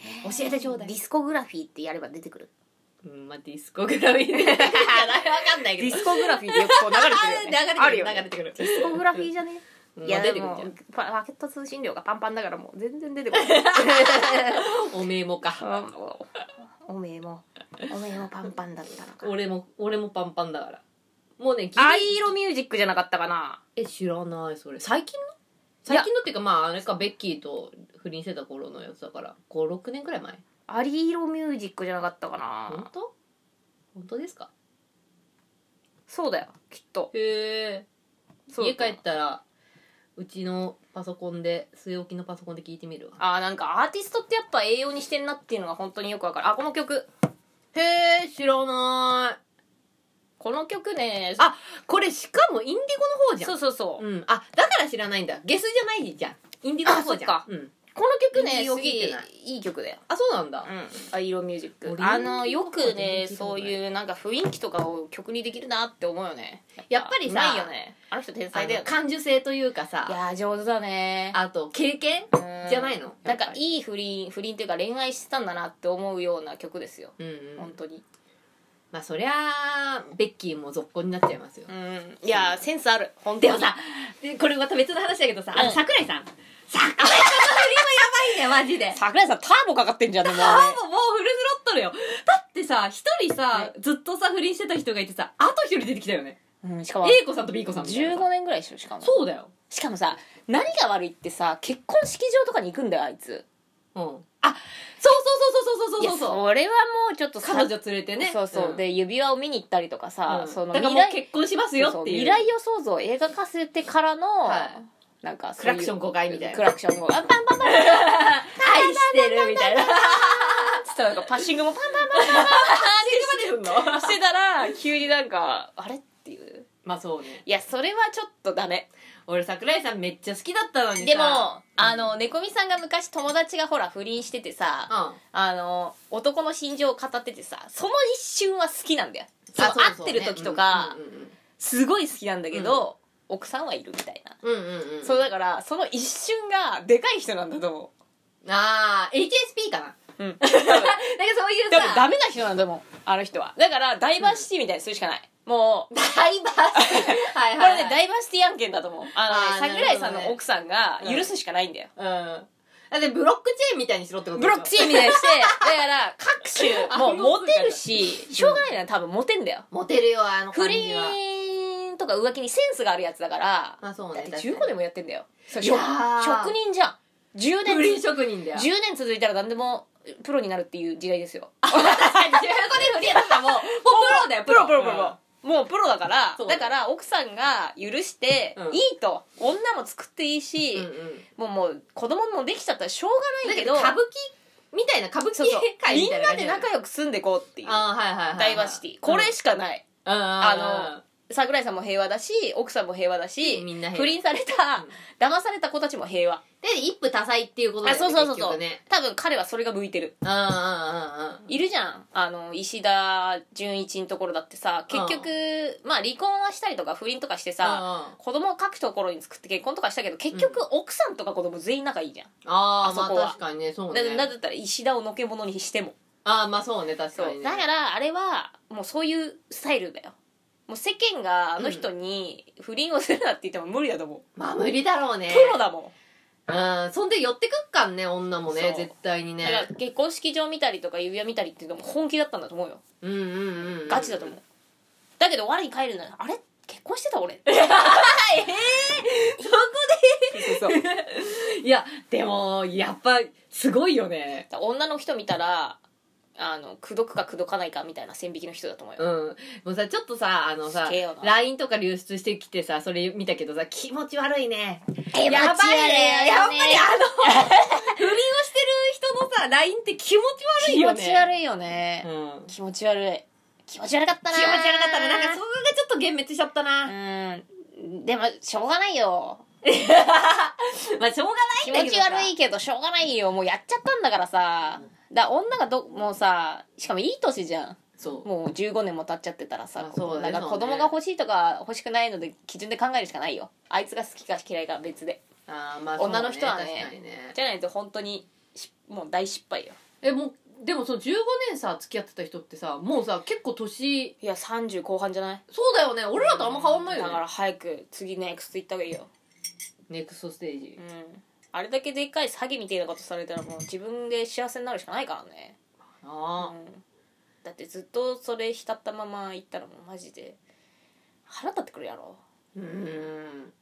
Speaker 2: 教えてちょうだい
Speaker 1: ディスコグラフィーってやれば出てくる
Speaker 2: うんまあディスコグラフィーねわかんない
Speaker 1: ディスコグラフィーってよくこう流れてるよね
Speaker 2: 流れて くる
Speaker 1: あよね
Speaker 2: 流れてくる
Speaker 1: ディスコグラフィーじゃねいやで
Speaker 2: まあ出てくる
Speaker 1: も
Speaker 2: んじゃん
Speaker 1: パパケット通信量がパンパンだからもう全然出てこない
Speaker 2: おめえもか
Speaker 1: うんおおめえもおめえもパンパンだったのか
Speaker 2: 俺も俺もパンパンだからもうねギ
Speaker 1: 藍色ミュージックじゃなかったかな
Speaker 2: え知らないそれ最近の
Speaker 1: いや
Speaker 2: 最近のっていうかまああれかベッキーと不倫してた頃のやつだから56年くらい前
Speaker 1: 藍色ミュージックじゃなかったか
Speaker 2: 本
Speaker 1: な
Speaker 2: 当本当ですか
Speaker 1: そうだよきっと
Speaker 2: へえ
Speaker 1: そう
Speaker 2: 家
Speaker 1: だ
Speaker 2: 帰ったらうちのパソコンで据え置きのパソコンで聞いてみるわ
Speaker 1: あーなんかアーティストってやっぱ栄養にしてんなっていうのが本当によくわかるあこの曲
Speaker 2: へえ知らない
Speaker 1: この曲ね
Speaker 2: あこれしかもインディゴの方じゃん
Speaker 1: そうそうそう、
Speaker 2: うん、あだから知らないんだゲスじゃないじゃんインディゴの方じゃん
Speaker 1: あそっか
Speaker 2: うん、
Speaker 1: この曲ね
Speaker 2: インディー
Speaker 1: す
Speaker 2: を聴
Speaker 1: げ
Speaker 2: いて
Speaker 1: え
Speaker 2: ない
Speaker 1: いい曲だよ
Speaker 2: あそうなんだ、
Speaker 1: うん、イ色ミュージック
Speaker 2: 俺
Speaker 1: あのよく
Speaker 2: イ
Speaker 1: ね
Speaker 2: ンディーとか
Speaker 1: そういうなんか雰囲気とかを曲にできるなって思うよね
Speaker 2: やっぱりさ
Speaker 1: ないよねあの人天
Speaker 2: あ
Speaker 1: 才だよ
Speaker 2: の
Speaker 1: ね
Speaker 2: 感受性というか
Speaker 1: い
Speaker 2: さ
Speaker 1: やー上手だね
Speaker 2: あと経験
Speaker 1: うん
Speaker 2: じゃないの
Speaker 1: な
Speaker 2: やっ
Speaker 1: ん
Speaker 2: ぱり
Speaker 1: かいい不倫不倫っていうか恋愛してたんだなって思うような曲ですよ、
Speaker 2: うんう
Speaker 1: 本
Speaker 2: ん
Speaker 1: 当に
Speaker 2: まあそりゃあベッキーも続行になっちゃいますよ、
Speaker 1: うんいやーセンスある本当
Speaker 2: で
Speaker 1: に
Speaker 2: もさでこれまた別の話だけどさ、あ
Speaker 1: う
Speaker 2: の
Speaker 1: ん
Speaker 2: 桜井さん桜井さんの振りもやばいねマジで
Speaker 1: 桜井さんターボかかってんじゃんねもうね
Speaker 2: あもうもうフルスロットルよだってさ一人さ、ずっとさ不倫してた人がいてさあと一人出てきたよね
Speaker 1: うん、しかも
Speaker 2: A 子さんと B 子さんみたいなさ
Speaker 1: 15年ぐらいでしょしかも
Speaker 2: そうだよ
Speaker 1: しかもさ何が悪いってさ結婚式場とかに行くんだよあいつ
Speaker 2: うんあそうそうそうそうそうそうそう
Speaker 1: い
Speaker 2: そう
Speaker 1: やそれはもうちょっとさ
Speaker 2: 彼女連れてね
Speaker 1: そうそう、
Speaker 2: ん
Speaker 1: で指輪を見に行ったりとかさ、
Speaker 2: うん
Speaker 1: その
Speaker 2: だからもう結婚しますよ
Speaker 1: そうそ
Speaker 2: っ
Speaker 1: う
Speaker 2: ていう
Speaker 1: 未来予想像を映画化せてからの、
Speaker 2: はい
Speaker 1: なんか
Speaker 2: クラクション
Speaker 1: 5
Speaker 2: 5回みたいな
Speaker 1: クラクション5回パンパンパンパン
Speaker 2: 愛してるみたい な
Speaker 1: つったらなんかパッシングもパンパン
Speaker 2: シングまでん
Speaker 1: パンしてたら急になんかあれっていう
Speaker 2: まあそうね
Speaker 1: いやそれはちょっとダメ
Speaker 2: 俺桜井さんめっちゃ好きだったのにさ
Speaker 1: でもあの猫みさんが昔友達がほら不倫しててさ、
Speaker 2: うん
Speaker 1: あの男の心情を語っててさその一瞬は好きなんだよその
Speaker 2: あそうそう
Speaker 1: 会ってる時とか、すごい好きなんだけど、奥さんはいるみたいな
Speaker 2: うんうんうんうんうん
Speaker 1: そうだからその一瞬がでかい人なんだと思
Speaker 2: ああ HSP かななん
Speaker 1: う、うん、
Speaker 2: かそういう
Speaker 1: だって
Speaker 2: さ
Speaker 1: ダメな人なんだもんあの人はだからダイバーシティみたいにするしかない、もう
Speaker 2: ダイバーシティはい
Speaker 1: これ
Speaker 2: はい、
Speaker 1: ね、
Speaker 2: はい、
Speaker 1: ダイバーシティ案件だと思うあのね
Speaker 2: あー
Speaker 1: 桜井さん
Speaker 2: なるほどね
Speaker 1: の奥さんが許すしかないんだよ、
Speaker 2: うんだってブロックチェーンみたいにしろってこと
Speaker 1: ブロックチェーンみたいに してだから各種もうモテるししょうがないな多分モテんだよ
Speaker 2: モテるよあの
Speaker 1: 不
Speaker 2: 感じは
Speaker 1: 倫とか浮気にセンスがあるやつだから
Speaker 2: まあそう
Speaker 1: だっ
Speaker 2: ね
Speaker 1: て
Speaker 2: 確かに
Speaker 1: 15年もやってんだよそれ
Speaker 2: い
Speaker 1: 職
Speaker 2: やー
Speaker 1: 職人じゃん10
Speaker 2: 不倫
Speaker 1: 年
Speaker 2: 職人だよ
Speaker 1: 10年続いたら何でもプロになるっていう時代ですよ
Speaker 2: 確かに15年不倫だったらもうもうプロだよ
Speaker 1: プロプロプロ
Speaker 2: うん
Speaker 1: もうプロだから
Speaker 2: そうだ
Speaker 1: だ
Speaker 2: よ
Speaker 1: から奥さんが許して
Speaker 2: うん
Speaker 1: いいと、女も作っていいし、
Speaker 2: うんうん
Speaker 1: もうもう子供もできちゃったらしょうが
Speaker 2: だ
Speaker 1: ない
Speaker 2: け
Speaker 1: けど
Speaker 2: ど歌舞伎みたいな歌舞伎
Speaker 1: そうそう
Speaker 2: 界
Speaker 1: み
Speaker 2: み
Speaker 1: ん
Speaker 2: たいな
Speaker 1: な
Speaker 2: 感じ
Speaker 1: で
Speaker 2: だよね
Speaker 1: 仲良く住んでいこうっていう
Speaker 2: あーはいはいはいはい
Speaker 1: ダイバーシティこれしかない、あ
Speaker 2: あ
Speaker 1: 桜井さんも平和だし奥さんも平和だし
Speaker 2: みんな平和
Speaker 1: 不倫された、
Speaker 2: うん
Speaker 1: 騙された子たちも平和
Speaker 2: ので一夫多妻っていうことだ
Speaker 1: あ
Speaker 2: よね
Speaker 1: そうそうそう
Speaker 2: 結
Speaker 1: そう、
Speaker 2: 局ね
Speaker 1: 多分彼はそれが向いてる
Speaker 2: うんうんうんうん
Speaker 1: いるじゃんあの石田純一のところだってさ結局、まあ離婚はしたりとか不倫とかしてさ、
Speaker 2: あ
Speaker 1: 子供を書くところに作って結婚とかしたけど結局奥さんとか子供全員仲いいじゃん、
Speaker 2: あ
Speaker 1: あ
Speaker 2: ー
Speaker 1: そ
Speaker 2: まあ
Speaker 1: こは
Speaker 2: 確かにねそう
Speaker 1: だ
Speaker 2: ね
Speaker 1: なんだったら石田をのけ者にしても
Speaker 2: ああまあそうね確かにね
Speaker 1: だからあれはもうそういうスタイルだよもう世間があの人に不倫をするなって言っても無理だと思う、
Speaker 2: まあ無理だろうね
Speaker 1: プロだも
Speaker 2: うんそんで寄ってくっかんね女も
Speaker 1: そ
Speaker 2: ね
Speaker 1: う
Speaker 2: 絶対に
Speaker 1: ん、だ
Speaker 2: ね
Speaker 1: から結婚式場見たりとか指輪見たりっていうのも本気だったんだと思うよ
Speaker 2: うんうんうんうん
Speaker 1: ガチだと思う、だけど我に返るならあれ結婚してた 俺
Speaker 2: そこ
Speaker 1: そうそう
Speaker 2: でいやでもやっぱすごいよね
Speaker 1: 女の人見たらあの口説くか口説かないかみたいな線引きの人だと思うよ、
Speaker 2: うんもうさちょっとさあのさ
Speaker 1: すげえよな
Speaker 2: LINE とか流出してきてさそれ見たけどさ気持ち悪いね
Speaker 1: え
Speaker 2: やば
Speaker 1: 間違
Speaker 2: いね
Speaker 1: え
Speaker 2: やっ
Speaker 1: な
Speaker 2: ぱ
Speaker 1: い
Speaker 2: り
Speaker 1: よね
Speaker 2: あの不倫をしてる人のさ LINE って気持ち悪い
Speaker 1: 気
Speaker 2: よ
Speaker 1: 持
Speaker 2: ね
Speaker 1: ち悪いよね、
Speaker 2: うん、気持
Speaker 1: 気持ち悪い気持ち悪かったな
Speaker 2: ち悪かったねなんかそこがちょっと幻滅しちゃったな、
Speaker 1: うんでもしょうがないよ
Speaker 2: まあしょうが
Speaker 1: 気
Speaker 2: ない
Speaker 1: 持
Speaker 2: んだけど
Speaker 1: ち悪いけどしょうがないよもうやっちゃったんだからさだから女がどもうさしかもいい年じゃん
Speaker 2: そう
Speaker 1: もう15年も経っちゃってたらさ
Speaker 2: あそう
Speaker 1: な
Speaker 2: ね
Speaker 1: んか
Speaker 2: そうね
Speaker 1: 子供が欲しいとか欲しくないので基準で考えるしかないよあいつが好きか嫌いか別で
Speaker 2: あーまあ
Speaker 1: 女の人はね
Speaker 2: そう確かにね
Speaker 1: じゃないと本当にしもう大失敗よ
Speaker 2: えもうでもその15年さ付き合ってた人ってさもうさ結構年
Speaker 1: いや30後半じゃない
Speaker 2: そうだよね俺らとあんま変わんないよ
Speaker 1: だ
Speaker 2: ね
Speaker 1: から早く次のエクスト行った方がいいよ
Speaker 2: ネクストステージ
Speaker 1: うんあれだけでっかい詐欺みたいなことされたらもう自分で幸せになるしかないからね、う
Speaker 2: ああ
Speaker 1: ん、だってずっとそれ浸ったまま行ったらもうマジで腹立ってくるやろ
Speaker 2: うん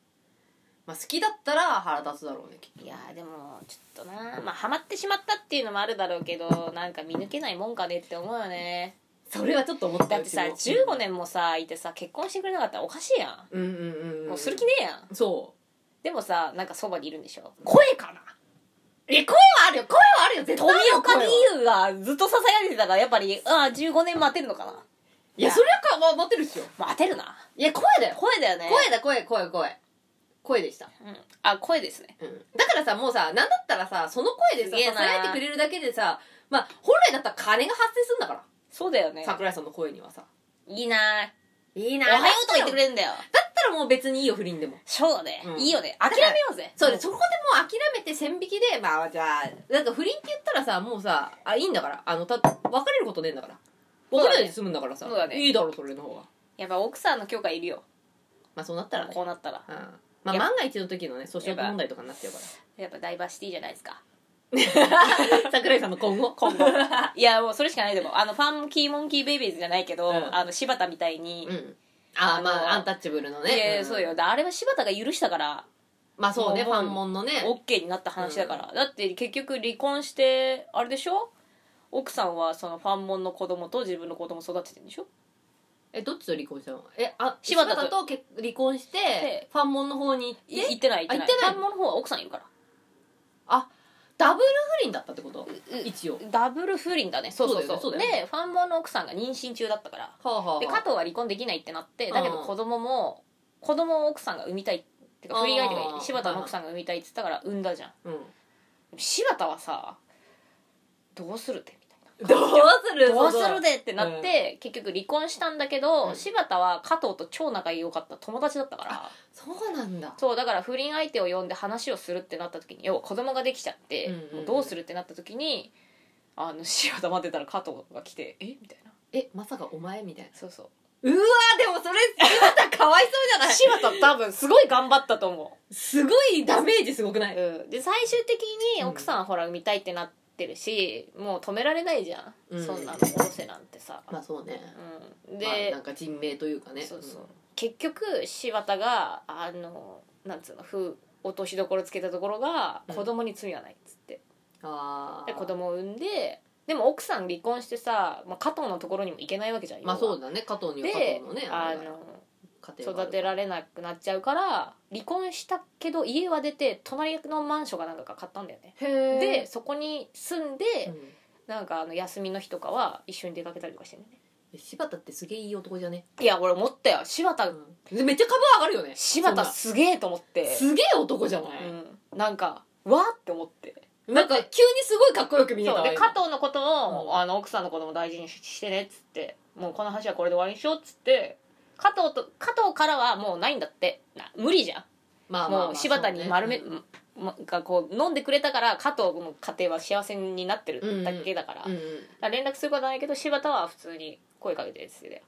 Speaker 2: まあ好きだったら腹立つだろうねきっと
Speaker 1: いやーでもちょっとなまあハマってしまったっていうのもあるだろうけどなんか見抜けないもんかねって思うよね
Speaker 2: それはちょっと思った
Speaker 1: だってさ
Speaker 2: うちも
Speaker 1: 15年もさいてさ結婚してくれなかったらおかしいや
Speaker 2: うんうんうんうん
Speaker 1: んもうする気ねえやん
Speaker 2: そう
Speaker 1: でもさなんかそばにいるんでしょ
Speaker 2: 声かなえ声はあるよ声はあるよ絶対
Speaker 1: 富
Speaker 2: あるよ
Speaker 1: 岡
Speaker 2: 声
Speaker 1: 美
Speaker 2: は
Speaker 1: 優がずっとささやいてたからやっぱりああ15年待てるのかなも
Speaker 2: いやそれはか、まあ、待ってるっすよ
Speaker 1: う当てるない
Speaker 2: や声だよ
Speaker 1: 声だよね
Speaker 2: 声だ声声声声でした、
Speaker 1: うん、あ声ですね
Speaker 2: うん、だからさもうさなんだったらさその声で
Speaker 1: す
Speaker 2: さ
Speaker 1: げえ
Speaker 2: 支
Speaker 1: な
Speaker 2: えてくれるだけでさまあ本来だったら金が発生するんだから
Speaker 1: そうだよね
Speaker 2: 桜井さんの声にはさ
Speaker 1: いいない
Speaker 2: い
Speaker 1: お
Speaker 2: な
Speaker 1: はよ
Speaker 2: だっ
Speaker 1: うとか言ってくれるんだよ
Speaker 2: たらもう別にいいよ不倫でも
Speaker 1: そうだね、
Speaker 2: うん
Speaker 1: いいよね諦めようぜ
Speaker 2: そうでそこでもう諦めて線引きでまあじゃあなんか不倫って言ったらさもうさあいいんだからあのた別れることねえんだから別れないで済むんだからさ
Speaker 1: そうだね
Speaker 2: いいだろそれの方が
Speaker 1: やっぱ奥さんの許可いるよ
Speaker 2: まあそうなったらね
Speaker 1: こうなったら
Speaker 2: うんまあ、万が一の時のね訴訟問題とかになっちゃうか
Speaker 1: やっぱダイバーシティじゃないですから
Speaker 2: 桜井さんの今後今 後
Speaker 1: いやもうそれしかないでもあのファンキーモンキーベイビーズじゃないけど、
Speaker 2: うん
Speaker 1: あの柴田みたいに、
Speaker 2: うんああま
Speaker 1: あの
Speaker 2: あアンタッチャブルのね
Speaker 1: いやいや
Speaker 2: ん
Speaker 1: そうよだあれは柴田が許したから
Speaker 2: まあそうねフ
Speaker 1: もう
Speaker 2: ァンモンのね
Speaker 1: OK になった話だから、だって結局離婚してあれでしょ奥さんはそのファンモンの子供と自分の子供育ててるんでしょ
Speaker 2: えどっちと離婚したのえあ
Speaker 1: 柴
Speaker 2: 柴
Speaker 1: 田と
Speaker 2: 田と結離婚して
Speaker 1: で
Speaker 2: ファンモンの方に
Speaker 1: い
Speaker 2: 行って
Speaker 1: 言ってない言ってない
Speaker 2: あ言ってない
Speaker 1: ファンモンの方は奥さんいるから
Speaker 2: ダブル不倫だったってこと一応
Speaker 1: ダブル不倫だねそうそうそう
Speaker 2: そうだよねそうだよ
Speaker 1: でファンモンの奥さんが妊娠中だったから
Speaker 2: はあはあはあ
Speaker 1: で加藤は離婚できないってなってだけど
Speaker 2: うん
Speaker 1: 子供も子供を奥さんが産みたいってか不倫相手
Speaker 2: う
Speaker 1: が
Speaker 2: ん
Speaker 1: 柴田の奥さんが産みたいって言ったから産んだじゃん
Speaker 2: うん
Speaker 1: 柴田はさどうするってみたい
Speaker 2: どうする
Speaker 1: などうす
Speaker 2: そ
Speaker 1: る
Speaker 2: う
Speaker 1: でってなって、結局離婚したんだけど、
Speaker 2: うん
Speaker 1: 柴田は加藤と超仲良かった友達だったから
Speaker 2: そうなんだ
Speaker 1: そうだから不倫相手を呼んで話をするってなった時に要は子供ができちゃって、
Speaker 2: うんうんうん
Speaker 1: もうどうするってなった時にあの柴田待ってたら加藤が来て「えみたいな
Speaker 2: えまさかお前みたいな
Speaker 1: そうそう
Speaker 2: うわでもそれ柴田かわいそうじゃない
Speaker 1: 柴田多分すごい頑張ったと思
Speaker 2: すごいダメージすごくな
Speaker 1: う、
Speaker 2: い
Speaker 1: うん、で最終的に奥さんはほら産みたいってなってるしもう止められないじゃん、
Speaker 2: うん
Speaker 1: そんなの戻せなんてさ、
Speaker 2: まあそうね
Speaker 1: うん、で、
Speaker 2: まあなんか人命というかね
Speaker 1: そうそう、結局柴田があのなんつうのふ落としどころつけたところが
Speaker 2: うん
Speaker 1: 子供に罪はないっつって、
Speaker 2: ああ
Speaker 1: で子供を産んででも奥さん離婚してさ、まあ、加藤のところにも行けないわけじゃん
Speaker 2: まあそう
Speaker 1: う
Speaker 2: だね加藤には加藤
Speaker 1: で
Speaker 2: のね
Speaker 1: あ
Speaker 2: れだ
Speaker 1: の
Speaker 2: 家庭があ
Speaker 1: 育
Speaker 2: る
Speaker 1: てられなくなっちゃうから離婚したけど家は出て隣のマンションかなんか買ったんだよね
Speaker 2: へ
Speaker 1: で
Speaker 2: で、
Speaker 1: そこに住んで、
Speaker 2: うん
Speaker 1: なんかあの休みの日とかは一緒に出かけたりとかしてんだよね
Speaker 2: え柴田ってすげえいい男じゃね、
Speaker 1: いや俺思ったよ柴田、
Speaker 2: でめっちゃ株上がるよね
Speaker 1: 柴田
Speaker 2: そ
Speaker 1: すげえと思っ
Speaker 2: ん
Speaker 1: て
Speaker 2: なすげえ男じゃない、
Speaker 1: うん、なんかわーって思って
Speaker 2: なんか急にすごいかっこよく見えた
Speaker 1: そうで
Speaker 2: わ
Speaker 1: 加藤のことも、
Speaker 2: うん
Speaker 1: あの奥さんのことも大事にしてねっつってもうこの話はこれで終わりにしようっつって加藤と加藤からはもうないんだってな無理じゃん、
Speaker 2: まあ
Speaker 1: もう柴田に丸め、
Speaker 2: そうね
Speaker 1: まがこう飲んでくれたから加藤の家庭は幸せになってるだけだから,、
Speaker 2: うん
Speaker 1: だから連絡することはないけど柴田は普通に声かけてるっつってたよ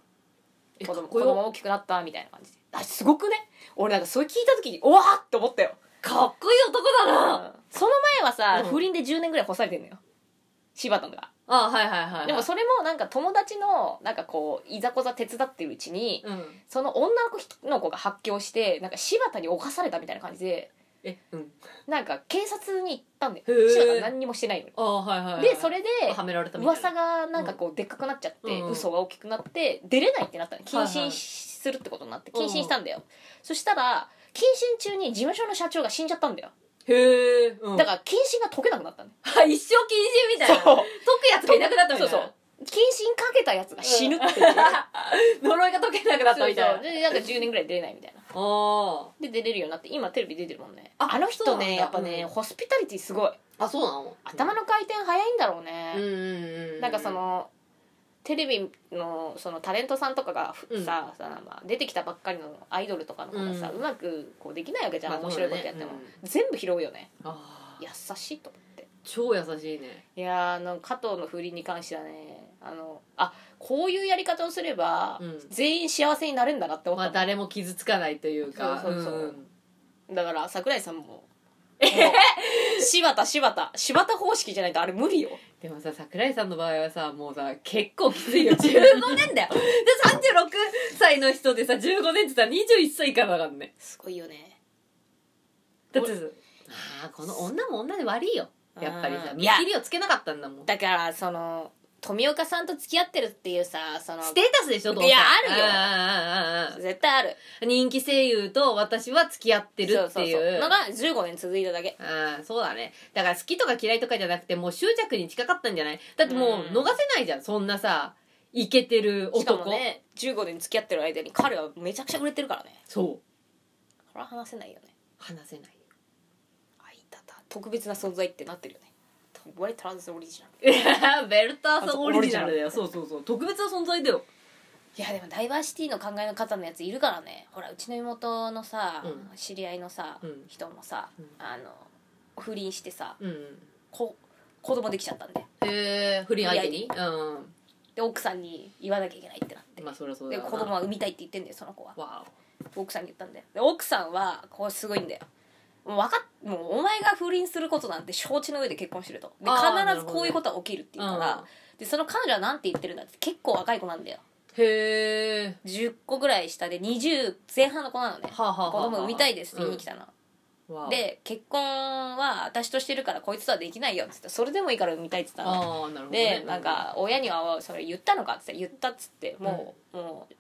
Speaker 2: え
Speaker 1: 子
Speaker 2: かっ
Speaker 1: 供
Speaker 2: こ
Speaker 1: 子
Speaker 2: よ
Speaker 1: 供大きくなったみたいな感じであすごくね俺なんかそれ聞いた時にうわーって思ったよ
Speaker 2: かっこいい男だな、
Speaker 1: その前はさ、
Speaker 2: うん
Speaker 1: 不倫で10年ぐらい干されてんのよ柴田が
Speaker 2: ああはいはいはいはい
Speaker 1: でもそれもなんか友達のなんかこういざこざ手伝ってるうちに
Speaker 2: うん
Speaker 1: その女の子が発狂してなんか柴田に侵されたみたいな感じで
Speaker 2: えうん
Speaker 1: なんか警察に行ったんだよ
Speaker 2: へー
Speaker 1: 柴田何にもしてないのに
Speaker 2: ああはいはいはい
Speaker 1: でそれで
Speaker 2: はめられたみたいな
Speaker 1: 噂がなんかこうでっかくなっちゃって、
Speaker 2: うん
Speaker 1: 嘘が大きくなって出れないってなったの
Speaker 2: はい
Speaker 1: 謹
Speaker 2: はい
Speaker 1: 慎するってことになって
Speaker 2: うん
Speaker 1: 謹慎したんだよ、そしたら謹慎中に事務所の社長が死んじゃったんだよ
Speaker 2: へえ、うん
Speaker 1: だから謹慎が解けなくなったの、
Speaker 2: ら一生禁止みたいな解
Speaker 1: う
Speaker 2: くやつがいなくなったみたいな
Speaker 1: そうそう謹慎かけたやつが死ぬって いう、
Speaker 2: 呪いが解けなくなった
Speaker 1: そう
Speaker 2: みたい
Speaker 1: そう
Speaker 2: な
Speaker 1: でなんか10年ぐらい出れないみたいな
Speaker 2: あ
Speaker 1: で出れるようになって今テレビ出てるもんねあ
Speaker 2: あ
Speaker 1: の人
Speaker 2: そうなんだ
Speaker 1: ねやっぱね、
Speaker 2: うん
Speaker 1: ホスピタリティすごい
Speaker 2: ああそうなの
Speaker 1: 頭の回転早いんだろうね、
Speaker 2: うんうんうん
Speaker 1: なんかそのテレビのそのタレントさんとかがふ
Speaker 2: うん
Speaker 1: さ,、さまあ、出てきたばっかりのアイドルとかの子がさ、う
Speaker 2: うん
Speaker 1: まくこうできないわけじゃん、
Speaker 2: まあ
Speaker 1: 面白いことやっても、
Speaker 2: そうだね
Speaker 1: 全部拾うよね
Speaker 2: あ
Speaker 1: 優しいと思って
Speaker 2: 超優しいね
Speaker 1: いやーあの加藤の不倫に関してはねあのあこういうやり方をすれば、
Speaker 2: うん
Speaker 1: 全員幸せになれるんだなって思
Speaker 2: ま
Speaker 1: ったも
Speaker 2: あ
Speaker 1: ん、
Speaker 2: 誰も傷つかないというか
Speaker 1: そうそうそう
Speaker 2: うん
Speaker 1: だから桜井さんももう柴田柴田柴田方式じゃないとあれ無理よ
Speaker 2: でもさ桜井さんの場合はさもうさ結構きついよ15年だ よで36歳の人でさ15年ってさ21歳からだからね
Speaker 1: すごいよね
Speaker 2: だってさあーこの女も女で悪いよやっぱりさ
Speaker 1: うん
Speaker 2: 見切りをつけなかったんだもん
Speaker 1: だからその富岡さんと付き合ってるっていうさその
Speaker 2: ステータスでしょどうせ
Speaker 1: いや
Speaker 2: あるよ
Speaker 1: 絶対ある
Speaker 2: 人気声優と私は付き合ってるっていう
Speaker 1: そうそうそうのが15年続いただけ
Speaker 2: ああそうだねだから好きとか嫌いとかじゃなくてもう執着に近かったんじゃないだってもう逃せないじゃんそんなさイケてる
Speaker 1: しか
Speaker 2: 男
Speaker 1: もね15年付き合ってる間に彼はめちゃくちゃ売れてるからね
Speaker 2: そう
Speaker 1: これは話せないよね
Speaker 2: 話せない
Speaker 1: あいたた特別な存在ってなってるよね割とトランスオリジナル
Speaker 2: いや ベルターさんオ
Speaker 1: オ
Speaker 2: リ
Speaker 1: リ
Speaker 2: ジ
Speaker 1: ジ
Speaker 2: ナ
Speaker 1: ナ
Speaker 2: ル
Speaker 1: ル
Speaker 2: だよそうそうそう特別な存在だよ
Speaker 1: いやでもダイバーシティの考えの方のやついるからねほらうちの妹のさ、
Speaker 2: うん
Speaker 1: 知り合いのさ、
Speaker 2: うん
Speaker 1: 人もさ、
Speaker 2: うん
Speaker 1: あの不倫してさ
Speaker 2: うん
Speaker 1: こ子供できちゃったんで
Speaker 2: へえ不倫相手にうん
Speaker 1: で奥さんに言わなきゃいけないってなって、
Speaker 2: まあそりゃそう
Speaker 1: で
Speaker 2: だよな
Speaker 1: 子供は産みたいって言ってんだよその子は
Speaker 2: わ
Speaker 1: 奥さんに言ったんだよで奥さんはこうすごいんだよもうわかっもうお前が不倫することなんて承知の上で結婚してるとで
Speaker 2: あー
Speaker 1: 必ずこういうことは起きるって
Speaker 2: おう
Speaker 1: 言うか
Speaker 2: ん
Speaker 1: ら、でその彼女はなんて言ってるんだって結構若い子なんだよ
Speaker 2: へえ
Speaker 1: 10個ぐらい下で20前半の子なのね
Speaker 2: はあはあはあ
Speaker 1: 子
Speaker 2: はあ
Speaker 1: 供産みたいですって言いに来たの、
Speaker 2: わあ
Speaker 1: で結婚は私としてるからこいつとはできないよって言ったそれでもいいから産みたいって言ったの
Speaker 2: ああなるほどね
Speaker 1: でなんか親にはそれ言ったのかって言ったっつってもう、もう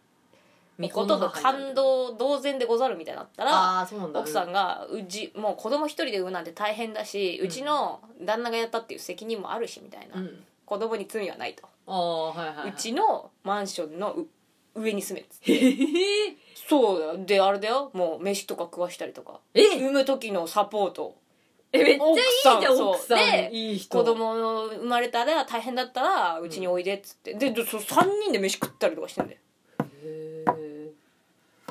Speaker 2: 未婚
Speaker 1: こと
Speaker 2: の
Speaker 1: と
Speaker 2: 母にな
Speaker 1: 感
Speaker 2: る
Speaker 1: 動同然でござるみたいになったら
Speaker 2: ああそうなんだ
Speaker 1: 奥さんがうちもう子供一人で産むなんて大変だしうちの旦那がやったっていう責任もあるしみたいな、
Speaker 2: うん
Speaker 1: 子供に罪はないと、
Speaker 2: ああはいはいはいう
Speaker 1: ちのマンションのう上に住めっつって
Speaker 2: へへへ
Speaker 1: そうだよであれだよもう飯とか食わしたりとか
Speaker 2: え
Speaker 1: 産む時のサポート
Speaker 2: えめっちゃいいじゃん
Speaker 1: 奥さん
Speaker 2: 奥さん
Speaker 1: そうで
Speaker 2: いい人
Speaker 1: 子供生まれたら大変だったらうちにおいでっつって、ででそ3人で飯食ったりとかしてんだよ
Speaker 2: へえ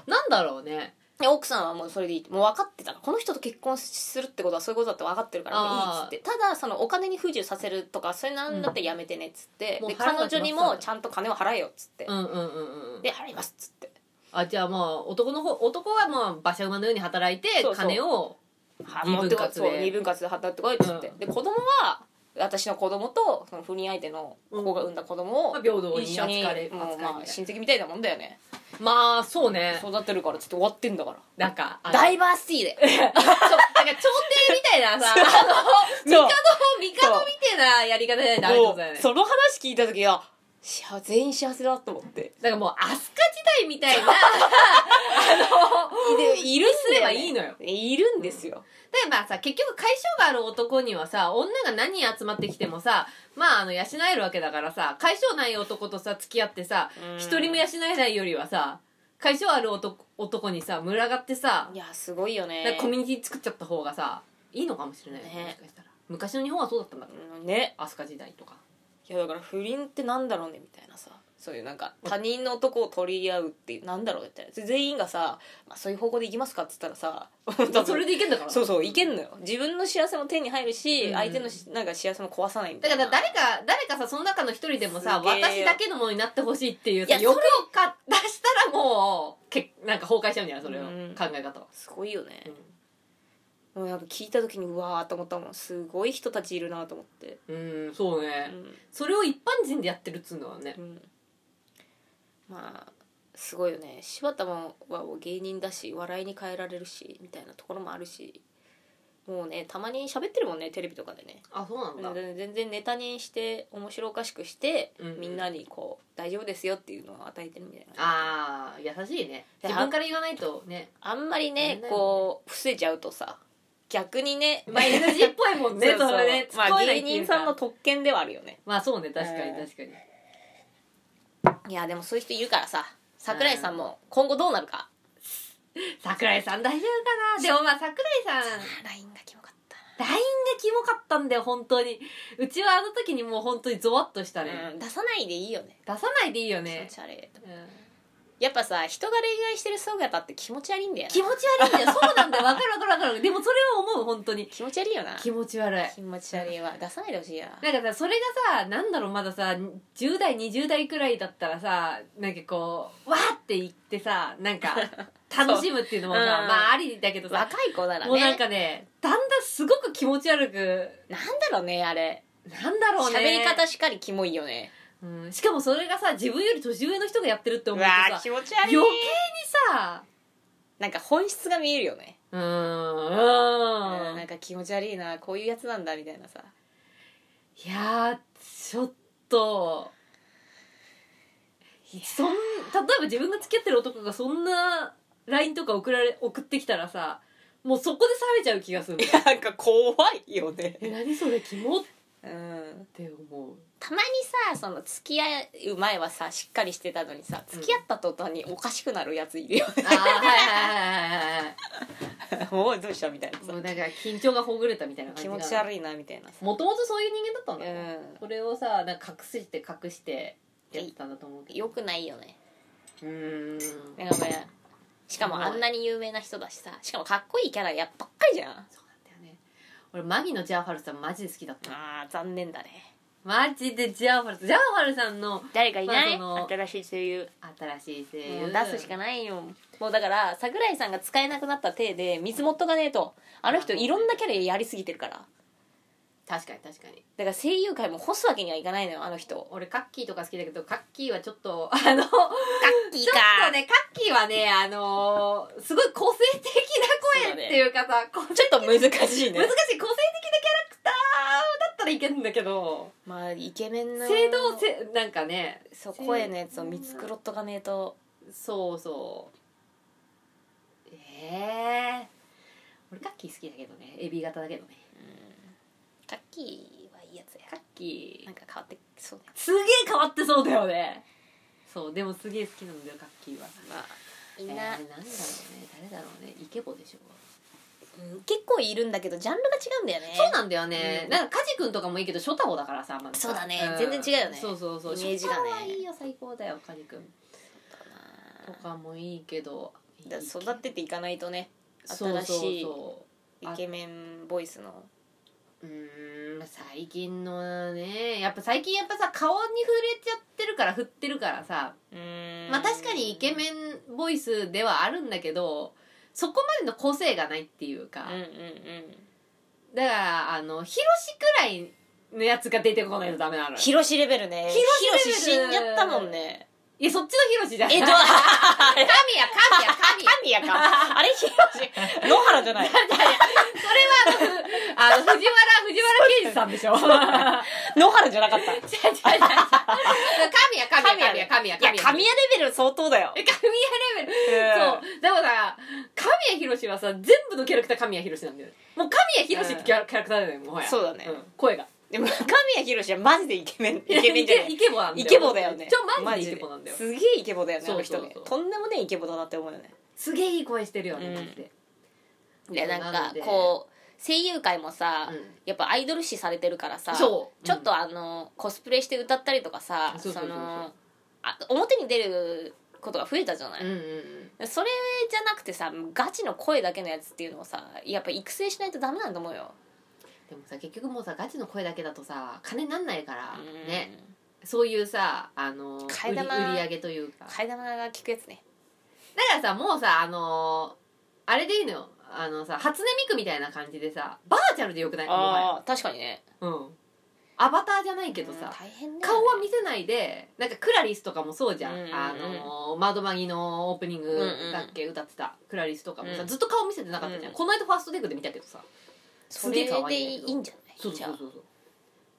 Speaker 2: なんだろうね
Speaker 1: で奥さんはもうそれでいいってもう分かってたのこの人と結婚するってことはそういうことだって分かってるからねいい
Speaker 2: あー
Speaker 1: っつってただそのお金に不自由させるとかそういうなんだってやめてねっつって、
Speaker 2: うん
Speaker 1: で
Speaker 2: もう払う
Speaker 1: 彼
Speaker 2: なって
Speaker 1: 女にもちゃんと金を払えよっつって、
Speaker 2: うんうんうんうんうん
Speaker 1: で払いますっつって
Speaker 2: あじゃあまあ男の方男はまあ馬車馬のように働いて
Speaker 1: そうそう
Speaker 2: 金を
Speaker 1: は
Speaker 2: 二分割で
Speaker 1: 持ってこいそう二分割で働いてこいっつって、
Speaker 2: うん
Speaker 1: で子供は私の子供とその不倫相手の子が産んだ子供を
Speaker 2: まあ平等に
Speaker 1: 一緒に
Speaker 2: 扱え
Speaker 1: もう
Speaker 2: 扱え
Speaker 1: まあ親戚みたいなもんだよね
Speaker 2: まあそうね
Speaker 1: 育てるからっつって終わってんだから
Speaker 2: なんかあの
Speaker 1: ダイバーシティで
Speaker 2: そうなんか朝廷みたいなさあの
Speaker 1: そう
Speaker 2: 帝みたいなやり方じゃないとダメってことだよね
Speaker 1: その話聞いた時は幸せ全員幸せだと思って
Speaker 2: だからもう飛鳥時代みたいなあの
Speaker 1: でいるん
Speaker 2: すればいいのよ
Speaker 1: いるんですよ
Speaker 2: 例えばさ結局解消がある男にはさ女が何人集まってきてもさまああの養えるわけだからさ解消ない男とさ付き合ってさ
Speaker 1: うん
Speaker 2: 一人も養えないよりはさ解消ある男男にさ群がってさ
Speaker 1: いやすごいよ
Speaker 2: なん
Speaker 1: ね
Speaker 2: かコミュニティ作っちゃった方がさいいのかもしれないよね
Speaker 1: ね
Speaker 2: もしかしたら昔の日本はそうだったんだから
Speaker 1: うんね
Speaker 2: 飛鳥時代とか
Speaker 1: いやだから不倫ってなんだろうねみたいなさそういうなんか他人の男を取り合うってなんだろうねみたいな全員がさ、まあ、そういう方向でいきますかっつったら さ多分
Speaker 2: それでいけんだから
Speaker 1: そうそういけんのよ自分の幸せも手に入るし、
Speaker 2: うん
Speaker 1: 相手のしなんか幸せも壊さないみた
Speaker 2: だ
Speaker 1: い
Speaker 2: か
Speaker 1: な
Speaker 2: ら誰か誰かさその中の一人でもさ
Speaker 1: すげえ
Speaker 2: 私
Speaker 1: よ
Speaker 2: だけのものになってほしいっていうさ
Speaker 1: いや
Speaker 2: 欲をか出したらもうけなんか崩壊しちゃうんじゃないそれを
Speaker 1: うん
Speaker 2: 考え方は。
Speaker 1: すごいよね
Speaker 2: うん、
Speaker 1: もうなんか聞いた時にうわーと思ったもんすごい人たちいるなと思って、
Speaker 2: うんそうね、
Speaker 1: うん
Speaker 2: それを一般人でやってるっつうのはね
Speaker 1: うんまあすごいよね柴田もはもう芸人だし笑いに変えられるしみたいなところもあるしもうねたまに喋ってるもんねテレビとかでね
Speaker 2: あそうなんだ、
Speaker 1: 全然ネタにして面白おかしくして、
Speaker 2: うん
Speaker 1: みんなにこう大丈夫ですよっていうのを与えてるみたいな
Speaker 2: ああ優しいね
Speaker 1: いや
Speaker 2: 自分から言わないとね
Speaker 1: あんまりね
Speaker 2: ね
Speaker 1: こう伏せちゃうとさ逆に ね
Speaker 2: まあ NG っぽいもんね
Speaker 1: そうそう
Speaker 2: れね
Speaker 1: ま
Speaker 2: 突っ
Speaker 1: あ
Speaker 2: 込めない
Speaker 1: 芸
Speaker 2: っていう
Speaker 1: 人
Speaker 2: か
Speaker 1: さんの特権ではあるよね
Speaker 2: まあそうね確かに
Speaker 1: うん
Speaker 2: 確かに、
Speaker 1: いやでもそういう人いるからさ桜井さんも今後どうなるか
Speaker 2: 桜井さん大丈夫かなでもまあ桜井さん
Speaker 1: LINE がキモかったな
Speaker 2: LINE がキモかったんだよ本当にうちはあの時にもう本当にゾワッとしたね、
Speaker 1: うん出さないでいいよね
Speaker 2: 出さないでいいよ
Speaker 1: 気持
Speaker 2: ね、
Speaker 1: ち悪いと
Speaker 2: うん
Speaker 1: やっぱさ人が恋愛してる姿って気持ち悪いんだよな
Speaker 2: 気持ち悪いんだよそうなんだよわかるわかるわかるでもそれは思う本当に
Speaker 1: 気持ち悪いよな
Speaker 2: 気持ち悪い
Speaker 1: 気持ち悪いわ出さないでほしいや
Speaker 2: なんかさそれがさなんだろうまださ10代20代くらいだったらさなんかこうわーって言ってさな んか楽しむっていうのもさ、
Speaker 1: そううん
Speaker 2: まあありだけどさ
Speaker 1: 若い子ならね
Speaker 2: もう
Speaker 1: な
Speaker 2: なんんかねだんだんすごく気持ち悪く
Speaker 1: だろうねあれ
Speaker 2: なんだろうね
Speaker 1: 喋り方しかりキモいよね
Speaker 2: うん、しかもそれがさ自分より年上の人がやってるって
Speaker 1: う
Speaker 2: 思うと
Speaker 1: わー
Speaker 2: さ
Speaker 1: 気持ち悪い
Speaker 2: 余計にさ
Speaker 1: なんか本質が見えるよね
Speaker 2: う
Speaker 1: うん
Speaker 2: ーん
Speaker 1: なんか気持ち悪いなこういうやつなんだみたいなさ
Speaker 2: いやーちょっとそん例えば自分が付き合ってる男がそんな LINE とか送られ送ってきたらさもうそこで冷めちゃう気がするんだよ
Speaker 1: なんか怖いよね
Speaker 2: え何それキモっ
Speaker 1: うん
Speaker 2: て思う
Speaker 1: たまにさその付き合う前はさしっかりしてたのにさ
Speaker 2: うん
Speaker 1: 付き合った途端におかしくなるやついる よね
Speaker 2: あ、ーはいはいはいはいはい
Speaker 1: もうどうしたみたいなさ
Speaker 2: もうなんか緊張がほぐれたみたいな感
Speaker 1: 気
Speaker 2: じ
Speaker 1: 持ち
Speaker 2: い
Speaker 1: 悪いなみたいなさ
Speaker 2: もともとそういう人間だったん
Speaker 1: う
Speaker 2: だろうね
Speaker 1: ん
Speaker 2: それをさなんか隠して隠してやってたんだと思うけど
Speaker 1: よくないよね
Speaker 2: うーん
Speaker 1: なんかねしかもあんなに有名な人だしさしかもかっこいいキャラやっばっかりじゃん
Speaker 2: そうなんだよね俺マギのジャーファルさんマジで好きだった
Speaker 1: あー残念だね
Speaker 2: マジでジャーファルさんジャーファルさんの
Speaker 1: 誰かいない、
Speaker 2: まあその
Speaker 1: 新しい声優
Speaker 2: 新しい声
Speaker 1: も
Speaker 2: 優
Speaker 1: う出すしかないよもうだから桜井さんが使えなくなった体で水持っとかねえとあの人いろんなキャラやりすぎてるから
Speaker 2: 確かに確かに
Speaker 1: だから声優界も干すわけにはいかないのよあの人
Speaker 2: 俺カッキーとか好きだけどカッキーはちょっとあのちょ
Speaker 1: カッキー
Speaker 2: っ
Speaker 1: か
Speaker 2: とねカッキーはねあのーすごい個性的な声っていうかさこう
Speaker 1: ちょっと難しいね
Speaker 2: 難しい個性的なキャラクターだったらいけるんだけど
Speaker 1: まあイケメンの
Speaker 2: 性能せなんかね
Speaker 1: そう声のやつを見繕っとかねえと
Speaker 2: そうそうええ俺カッキー好きだけどねエビ型だけどね
Speaker 1: カッキーはいいやつや
Speaker 2: カッキー
Speaker 1: なんか変わってそうね
Speaker 2: すげえ変わってそうだよねそうでもすげえ好きなんだよカッキーは
Speaker 1: まあみ
Speaker 2: え
Speaker 1: ん
Speaker 2: ー、
Speaker 1: な
Speaker 2: なん、だろうね誰だろうねイケボでしょ
Speaker 1: うん結構いるんだけどジャンルが違うんだよね
Speaker 2: そうなんだよね、
Speaker 1: うん
Speaker 2: なんかカジ君とかもいいけどショタオだからさ、まずさ
Speaker 1: そうだね全然違うよね
Speaker 2: そうそうそう
Speaker 1: イメージがね
Speaker 2: ショタオはいいよ最高だよカジ君とかもいいけど
Speaker 1: だから育てていかないとね
Speaker 2: そう
Speaker 1: 新しい
Speaker 2: そうそう
Speaker 1: イケメンボイスの
Speaker 2: うーん最近のねやっぱ最近やっぱさ顔に触れちゃってるから振ってるからさ
Speaker 1: ま
Speaker 2: まあ確かにイケメンボイスではあるんだけどそこまでの個性がないっていうか、
Speaker 1: うんうん
Speaker 2: だからあのヒロシくらいのやつが出てこないとダメなの
Speaker 1: うん
Speaker 2: よ
Speaker 1: ヒロシレベルね
Speaker 2: ヒロシレベル
Speaker 1: ヒロシ死んじゃったもんね
Speaker 2: いやそっちのヒロシじゃない
Speaker 1: えっと
Speaker 2: 神や神 や神や
Speaker 1: 神や かあれヒロシ野原じゃない
Speaker 2: あの藤原藤原刑事さんでしょ違う違う違う
Speaker 1: 野原じゃなかったい
Speaker 2: 神や神や神や神や
Speaker 1: や神
Speaker 2: や
Speaker 1: 谷レベル相当だよ
Speaker 2: え神やレベルそう。でもさ、神谷博士はさ、全部のキャラクター神谷博士なんだよね。もう神谷博士ってキャラ,、キャラクターだよね、もはや。
Speaker 1: そうだね
Speaker 2: ん声が。
Speaker 1: でも神谷博士はマジでイケメンイケメンじゃな
Speaker 2: イケイ
Speaker 1: い
Speaker 2: ケボなんだ
Speaker 1: イ
Speaker 2: よ。
Speaker 1: ケボだよね
Speaker 2: ちょ、マジで
Speaker 1: で
Speaker 2: イケボなんだよ。
Speaker 1: すげえイケボだよねあの人ね
Speaker 2: そうそう
Speaker 1: とんでもねえイケボだなって思うよね
Speaker 2: すげえいい声してるよ
Speaker 1: う
Speaker 2: ね、
Speaker 1: ん
Speaker 2: マジで。
Speaker 1: でなん
Speaker 2: な
Speaker 1: か
Speaker 2: ので
Speaker 1: こう声優界もさ、
Speaker 2: うん
Speaker 1: やっぱアイドル視されてるからさ
Speaker 2: そう
Speaker 1: ちょっとあのコスプレして歌ったりとかさ
Speaker 2: そうそうそうそう
Speaker 1: そのあ表に出ることが増えたじゃない、
Speaker 2: うんうんうん。
Speaker 1: それじゃなくてさガチの声だけのやつっていうのをさやっぱ育成しないとダメなんだと思うよ、
Speaker 2: でもさ、結局もうさ、ガチの声だけだとさ、金になんないから、
Speaker 1: うん
Speaker 2: ね。そういうさ、あの、
Speaker 1: 替
Speaker 2: 売
Speaker 1: え
Speaker 2: り売
Speaker 1: 玉
Speaker 2: り上げというか。
Speaker 1: 替え玉が効くやつね
Speaker 2: だからさもうさあのーあれでいいのよあのさ初音ミクみたいな感じでさバーチャルでよくないもはや
Speaker 1: あー確かにね
Speaker 2: うんアバターじゃないけど
Speaker 1: うん
Speaker 2: さ、
Speaker 1: 大変だよね
Speaker 2: 顔は見せないでなんかクラリスとかもそうじゃん、
Speaker 1: うんうんうん
Speaker 2: あのー窓マギのオープニングだっけ、歌ってたクラリスとかもさ、
Speaker 1: うん
Speaker 2: ずっと顔見せてなかったじゃん、
Speaker 1: うん
Speaker 2: この間ファーストテイクで見たけどさ
Speaker 1: そ
Speaker 2: すげえ
Speaker 1: れ
Speaker 2: 可
Speaker 1: で
Speaker 2: 愛いんだけど
Speaker 1: いいんじゃない
Speaker 2: そうそうそう
Speaker 1: じ
Speaker 2: そう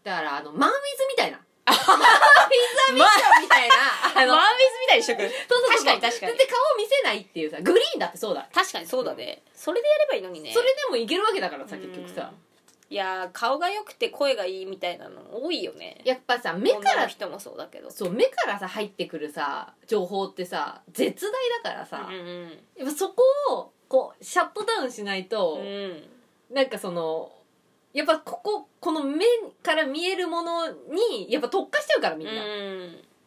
Speaker 2: だからあのマンウィズみたいなマンウィズアミションみたいな
Speaker 1: ゃあ
Speaker 2: あの
Speaker 1: マービスみたいにしとく
Speaker 2: そうそうそ
Speaker 1: 確
Speaker 2: う
Speaker 1: かに確かに
Speaker 2: だって顔を見せないっていうさグリーンだってそうだ
Speaker 1: 確かにそうだね、それでやればいいのにね
Speaker 2: それでもいけるわけだからさ結局さ
Speaker 1: いやー顔が良くて声がいいみたいなの多いよね
Speaker 2: やっぱさ目か
Speaker 1: 女の
Speaker 2: ら
Speaker 1: 人もそうだけど
Speaker 2: そう目からさ入ってくるさ情報ってさ絶大だからさ、
Speaker 1: うんうん
Speaker 2: やっぱそこをこうシャットダウンしないと
Speaker 1: う、ん
Speaker 2: なんかそのやっぱこここの目から見えるものにやっぱ特化しちゃうからみんな、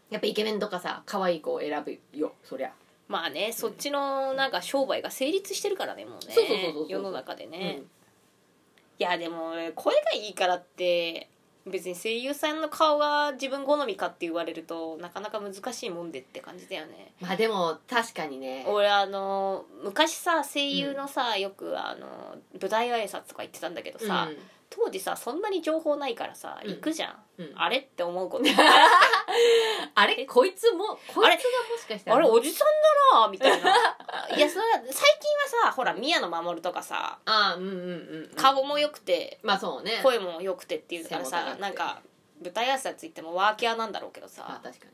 Speaker 2: やっぱイケメンとかさ可愛い子を選ぶよそりゃ
Speaker 1: まあねそっちのなんか商売が成立してるからねもうね
Speaker 2: そうそうそうそう
Speaker 1: 世の中でね、
Speaker 2: うん
Speaker 1: いやでも声がいいからって別に声優さんの顔が自分好みかって言われるとなかなか難しいもんでって感じだよね
Speaker 2: まあでも確かにね
Speaker 1: 俺あの昔さ声優のさ、よくあの舞台挨拶とか行ってたんだけどさ、
Speaker 2: う
Speaker 1: 当時さそんなに情報ないからさ
Speaker 2: うん
Speaker 1: 行くじゃん、
Speaker 2: んうん
Speaker 1: あれって思うこと
Speaker 2: ああれこいつもこいつが
Speaker 1: あれ
Speaker 2: もしかしたら
Speaker 1: あれおじさんだなみたい ないやそれは最近はさほら宮野真守とかさ
Speaker 2: あうんうんうんうん
Speaker 1: 顔も良くて
Speaker 2: まあそうね
Speaker 1: 声も良くてっていうから
Speaker 2: 背も高
Speaker 1: さ
Speaker 2: くて
Speaker 1: なんか舞台挨拶行ってもワーキャーなんだろうけど
Speaker 2: あ
Speaker 1: さ
Speaker 2: 確かに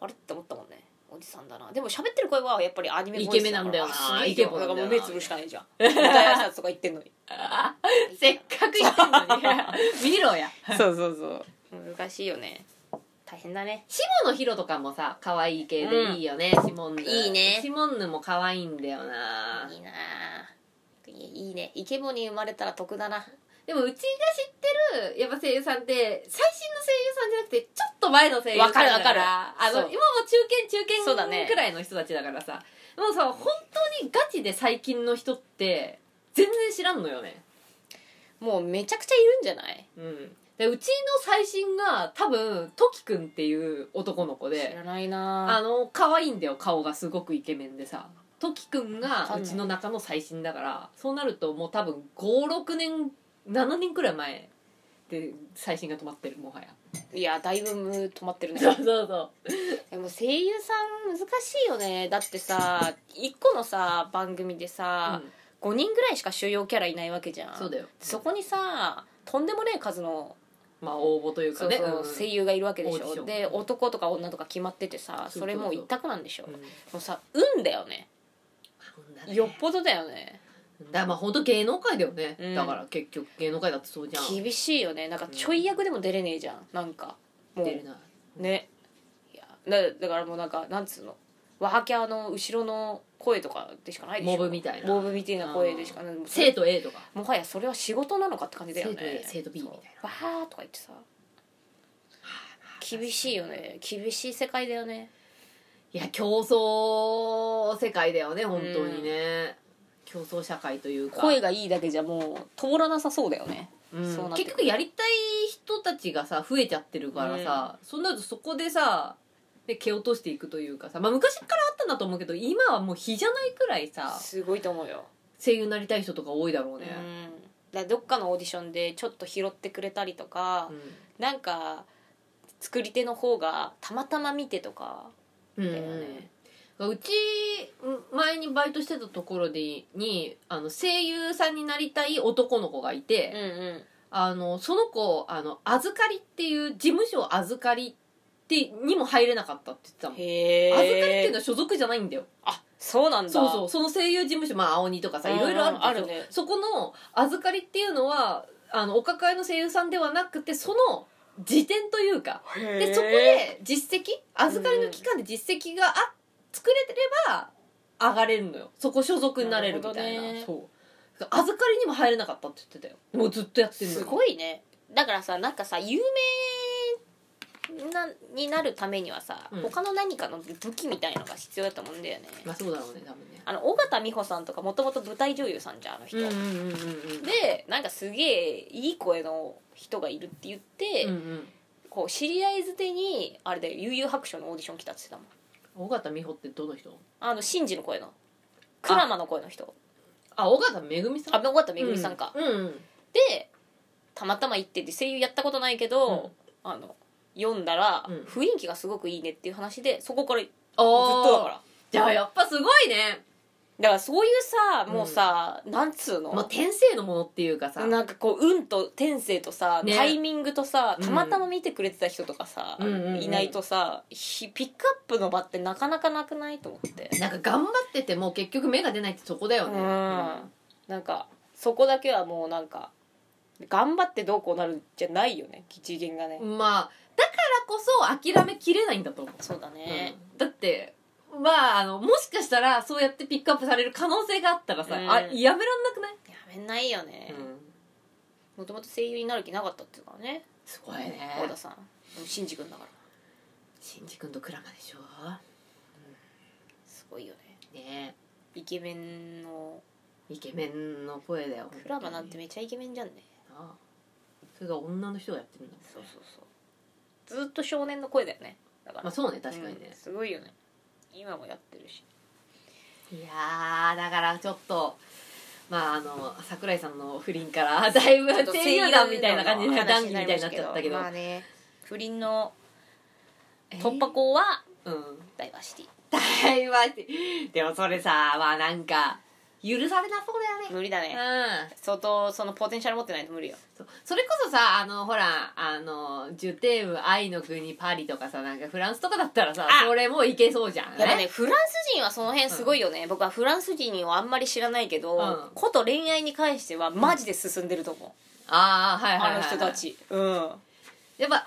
Speaker 1: あれって思ったもんねおじさんだなでも喋ってる声はやっぱりアニメボイスから
Speaker 2: イケメンなんだよな
Speaker 1: あすげえ
Speaker 2: イケボなんだ
Speaker 1: か
Speaker 2: よ
Speaker 1: も
Speaker 2: な
Speaker 1: う目つぶしかないじゃん舞台挨拶とか行ってん のに
Speaker 2: せっかく言ってんのに見ろや
Speaker 1: そうそうそう難しいよね大変だね
Speaker 2: シモのヒロとかもさ可愛い系
Speaker 1: うん
Speaker 2: でいいよね、シモンヌ
Speaker 1: いいね
Speaker 2: シモンヌも可愛いんだよない
Speaker 1: いなあいやいいねイケボに生まれたら得だな
Speaker 2: でもうちが知ってるやっぱ声優さんって最新の声優さんじゃなくてちょっと前の声優さんだから
Speaker 1: わかるわか
Speaker 2: あ
Speaker 1: る
Speaker 2: の
Speaker 1: そう
Speaker 2: 今も中堅
Speaker 1: そうだ
Speaker 2: 中
Speaker 1: ね
Speaker 2: 堅くらいの人たちだからさもうさ本当にガチで最近の人って全然知らんのよね
Speaker 1: もうめちゃくちゃいるんじゃない
Speaker 2: うんでうちの最新が多分トキくんっていう男の子
Speaker 1: 知
Speaker 2: で
Speaker 1: らないな
Speaker 2: あの可愛いんだよ顔がすごくイケメンでさトキくん
Speaker 1: わか
Speaker 2: が
Speaker 1: んないう
Speaker 2: ちの中の最新だからそうなるともう多分56年7年くらい前で最新が止まってるもはや
Speaker 1: いやだいぶむ止まって るね
Speaker 2: そうそうそう
Speaker 1: でも声優さん難しいよねだってさ1個のさ番組でさ、
Speaker 2: うん
Speaker 1: 5人ぐらいしか主要キャラいないわけじゃん
Speaker 2: そうだよ
Speaker 1: そこにさとんでもねえ数の
Speaker 2: まあ応募というか
Speaker 1: そう
Speaker 2: ね
Speaker 1: そう
Speaker 2: うん
Speaker 1: 声優がいるわけでし
Speaker 2: オーディショ
Speaker 1: ょ
Speaker 2: ン
Speaker 1: で男とか女とか決まっててさ
Speaker 2: そうそうそう
Speaker 1: それもう一択なんでしょ
Speaker 2: うん
Speaker 1: もうさ運だよね
Speaker 2: あんだね
Speaker 1: よっぽどだよね
Speaker 2: だからまあ本当芸能界だよね、
Speaker 1: うん
Speaker 2: だから結局芸能界だってそうじゃん
Speaker 1: 厳しいよねなんかちょい役でも出れねえじゃんなんかも
Speaker 2: 出れ
Speaker 1: う
Speaker 2: ない
Speaker 1: ねいやだだからもうなんかなんつうのワハキャの後ろの声とかでしかないでしょ
Speaker 2: モブみたいな
Speaker 1: モブみたいな声でしかない
Speaker 2: 生徒 A とか
Speaker 1: もはやそれは仕事なのかって感じだよね
Speaker 2: 生徒 A 生徒 B みたい
Speaker 1: なバーとか言ってさ厳しいよね厳しい世界だよね
Speaker 2: いや競争世界だよね本当にね、競争社会というか
Speaker 1: 声がいいだけじゃもう通らなさそうだよね
Speaker 2: うん
Speaker 1: そうなってくる
Speaker 2: 結局やりたい人たちがさ増えちゃってるからさ、そんなるとそこでさで蹴落としていくというかさ、まあ、昔からあったんだと思うけど今はもう比じゃないくらいさ
Speaker 1: すごいと思うよ、
Speaker 2: 声優になりたい人とか多いだろう
Speaker 1: うん
Speaker 2: ね、
Speaker 1: だからどっかのオーディションでちょっと拾ってくれたりとか、なんか作り手の方がたまたま見てとか
Speaker 2: うん
Speaker 1: だよね
Speaker 2: うち前にバイトしてたところでにあの声優さんになりたい男の子がいて、
Speaker 1: うんうん
Speaker 2: あのその子あの預かりっていう事務所預かりってにも入れなかったって言ってたもん
Speaker 1: へえ
Speaker 2: 預かりっていうのは所属じゃないんだよ
Speaker 1: あそうなんだ
Speaker 2: そうそううその声優事務所まあ青鬼とかさ
Speaker 1: うん
Speaker 2: いろいろあるけど
Speaker 1: あるね
Speaker 2: そこの預かりっていうのはあのお抱えの声優さんではなくてその辞典というかでそこで実績預かりの期間で実績があ作れてれば上がれるのよそこ所属になれるみたいな
Speaker 1: なるほどね
Speaker 2: そう預かりにも入れなかったって言ってたよもうずっとやってるの
Speaker 1: す
Speaker 2: に
Speaker 1: ごいねだからさなんかさ有名なになるためにはさ、
Speaker 2: うん
Speaker 1: 他の何かの武器みたいのが必要だと思うんだよね
Speaker 2: まあそうだろうね多分ね
Speaker 1: あの尾形美穂さんとかもともと舞台女優さんじゃんあの人、
Speaker 2: うんうんうんうん
Speaker 1: でなんかすげえいい声の人がいるって言って、
Speaker 2: うんうん
Speaker 1: こう知り合いづてにあれで悠々白書のオーディション来たって言ってたもん
Speaker 2: 尾形美穂ってどの人
Speaker 1: あのシンジの声のクラマの声の人
Speaker 2: あ尾形めぐみさん
Speaker 1: あ尾形めぐみさんか、
Speaker 2: うん、うんうん
Speaker 1: でたまたま行ってて声優やったことないけど、あの読んだら、
Speaker 2: うん
Speaker 1: 雰囲気がすごくいいねっていう話でそこからずっ
Speaker 2: あー
Speaker 1: とだから
Speaker 2: じゃあやっぱすごいね
Speaker 1: だからそういうさ
Speaker 2: うん
Speaker 1: もうさ、なんつうの、
Speaker 2: もう天性のものっていうかさ
Speaker 1: なんかこう運と天性とさ、
Speaker 2: ね
Speaker 1: タイミングとさ
Speaker 2: うん
Speaker 1: たまたま見てくれてた人とかさ、
Speaker 2: うんうんうん
Speaker 1: いないとさひピックアップの場ってなかなかなくないと思って
Speaker 2: なんか頑張ってても結局芽が出ないってそこだよね
Speaker 1: うんなんかそこだけはもうなんか頑張ってどうこうなるんじゃないよね次元がね、
Speaker 2: うんまあだからこそ諦めきれないんだと思う、
Speaker 1: そうだね、
Speaker 2: うんだってまああのもしかしたらそうやってピックアップされる可能性があったらさ、
Speaker 1: うん
Speaker 2: あやめらんなくない、
Speaker 1: やめないよね、もともと声優になる気なかったっていうからね
Speaker 2: すごいね
Speaker 1: 小田さん新次君だから
Speaker 2: 新次君とクラマでしょ
Speaker 1: すごいよね
Speaker 2: ね
Speaker 1: イケメンの
Speaker 2: イケメンの声だよ
Speaker 1: クラマなんて
Speaker 2: 本
Speaker 1: めちゃイケメンじゃんね
Speaker 2: 当になあそれが女の人がやってるんだもんね
Speaker 1: そうそうそうずっと少年の声だよねだから
Speaker 2: まあそうね確かにね
Speaker 1: うん、すごいよね今もやって るし
Speaker 2: いやーだからちょっとまああの桜井さんの不倫 からだいぶ声優団みたいな感じで談義みたいになっちゃったけど、
Speaker 1: まあね不倫の
Speaker 2: えー
Speaker 1: 突破口は
Speaker 2: うん
Speaker 1: ダイバーシティ
Speaker 2: だいぶあってでもそれさまあなんか許されなそうだよね
Speaker 1: 無理だね
Speaker 2: うん
Speaker 1: 相当そのポテンシャル持ってないと無理よ
Speaker 2: そうそれこそさあのほらあのジュテーム愛の国パリとかさなんかフランスとかだったらさ
Speaker 1: あ
Speaker 2: それもいけそうじゃん
Speaker 1: やっぱねフランス人はその辺すごいよね、僕はフランス人をあんまり知らないけど、
Speaker 2: うん
Speaker 1: こと恋愛に関してはマジで進んでると思う、
Speaker 2: ああはいはい
Speaker 1: あ
Speaker 2: はい、
Speaker 1: の
Speaker 2: はい、
Speaker 1: 人たち、うん
Speaker 2: やっぱあれあれぐらい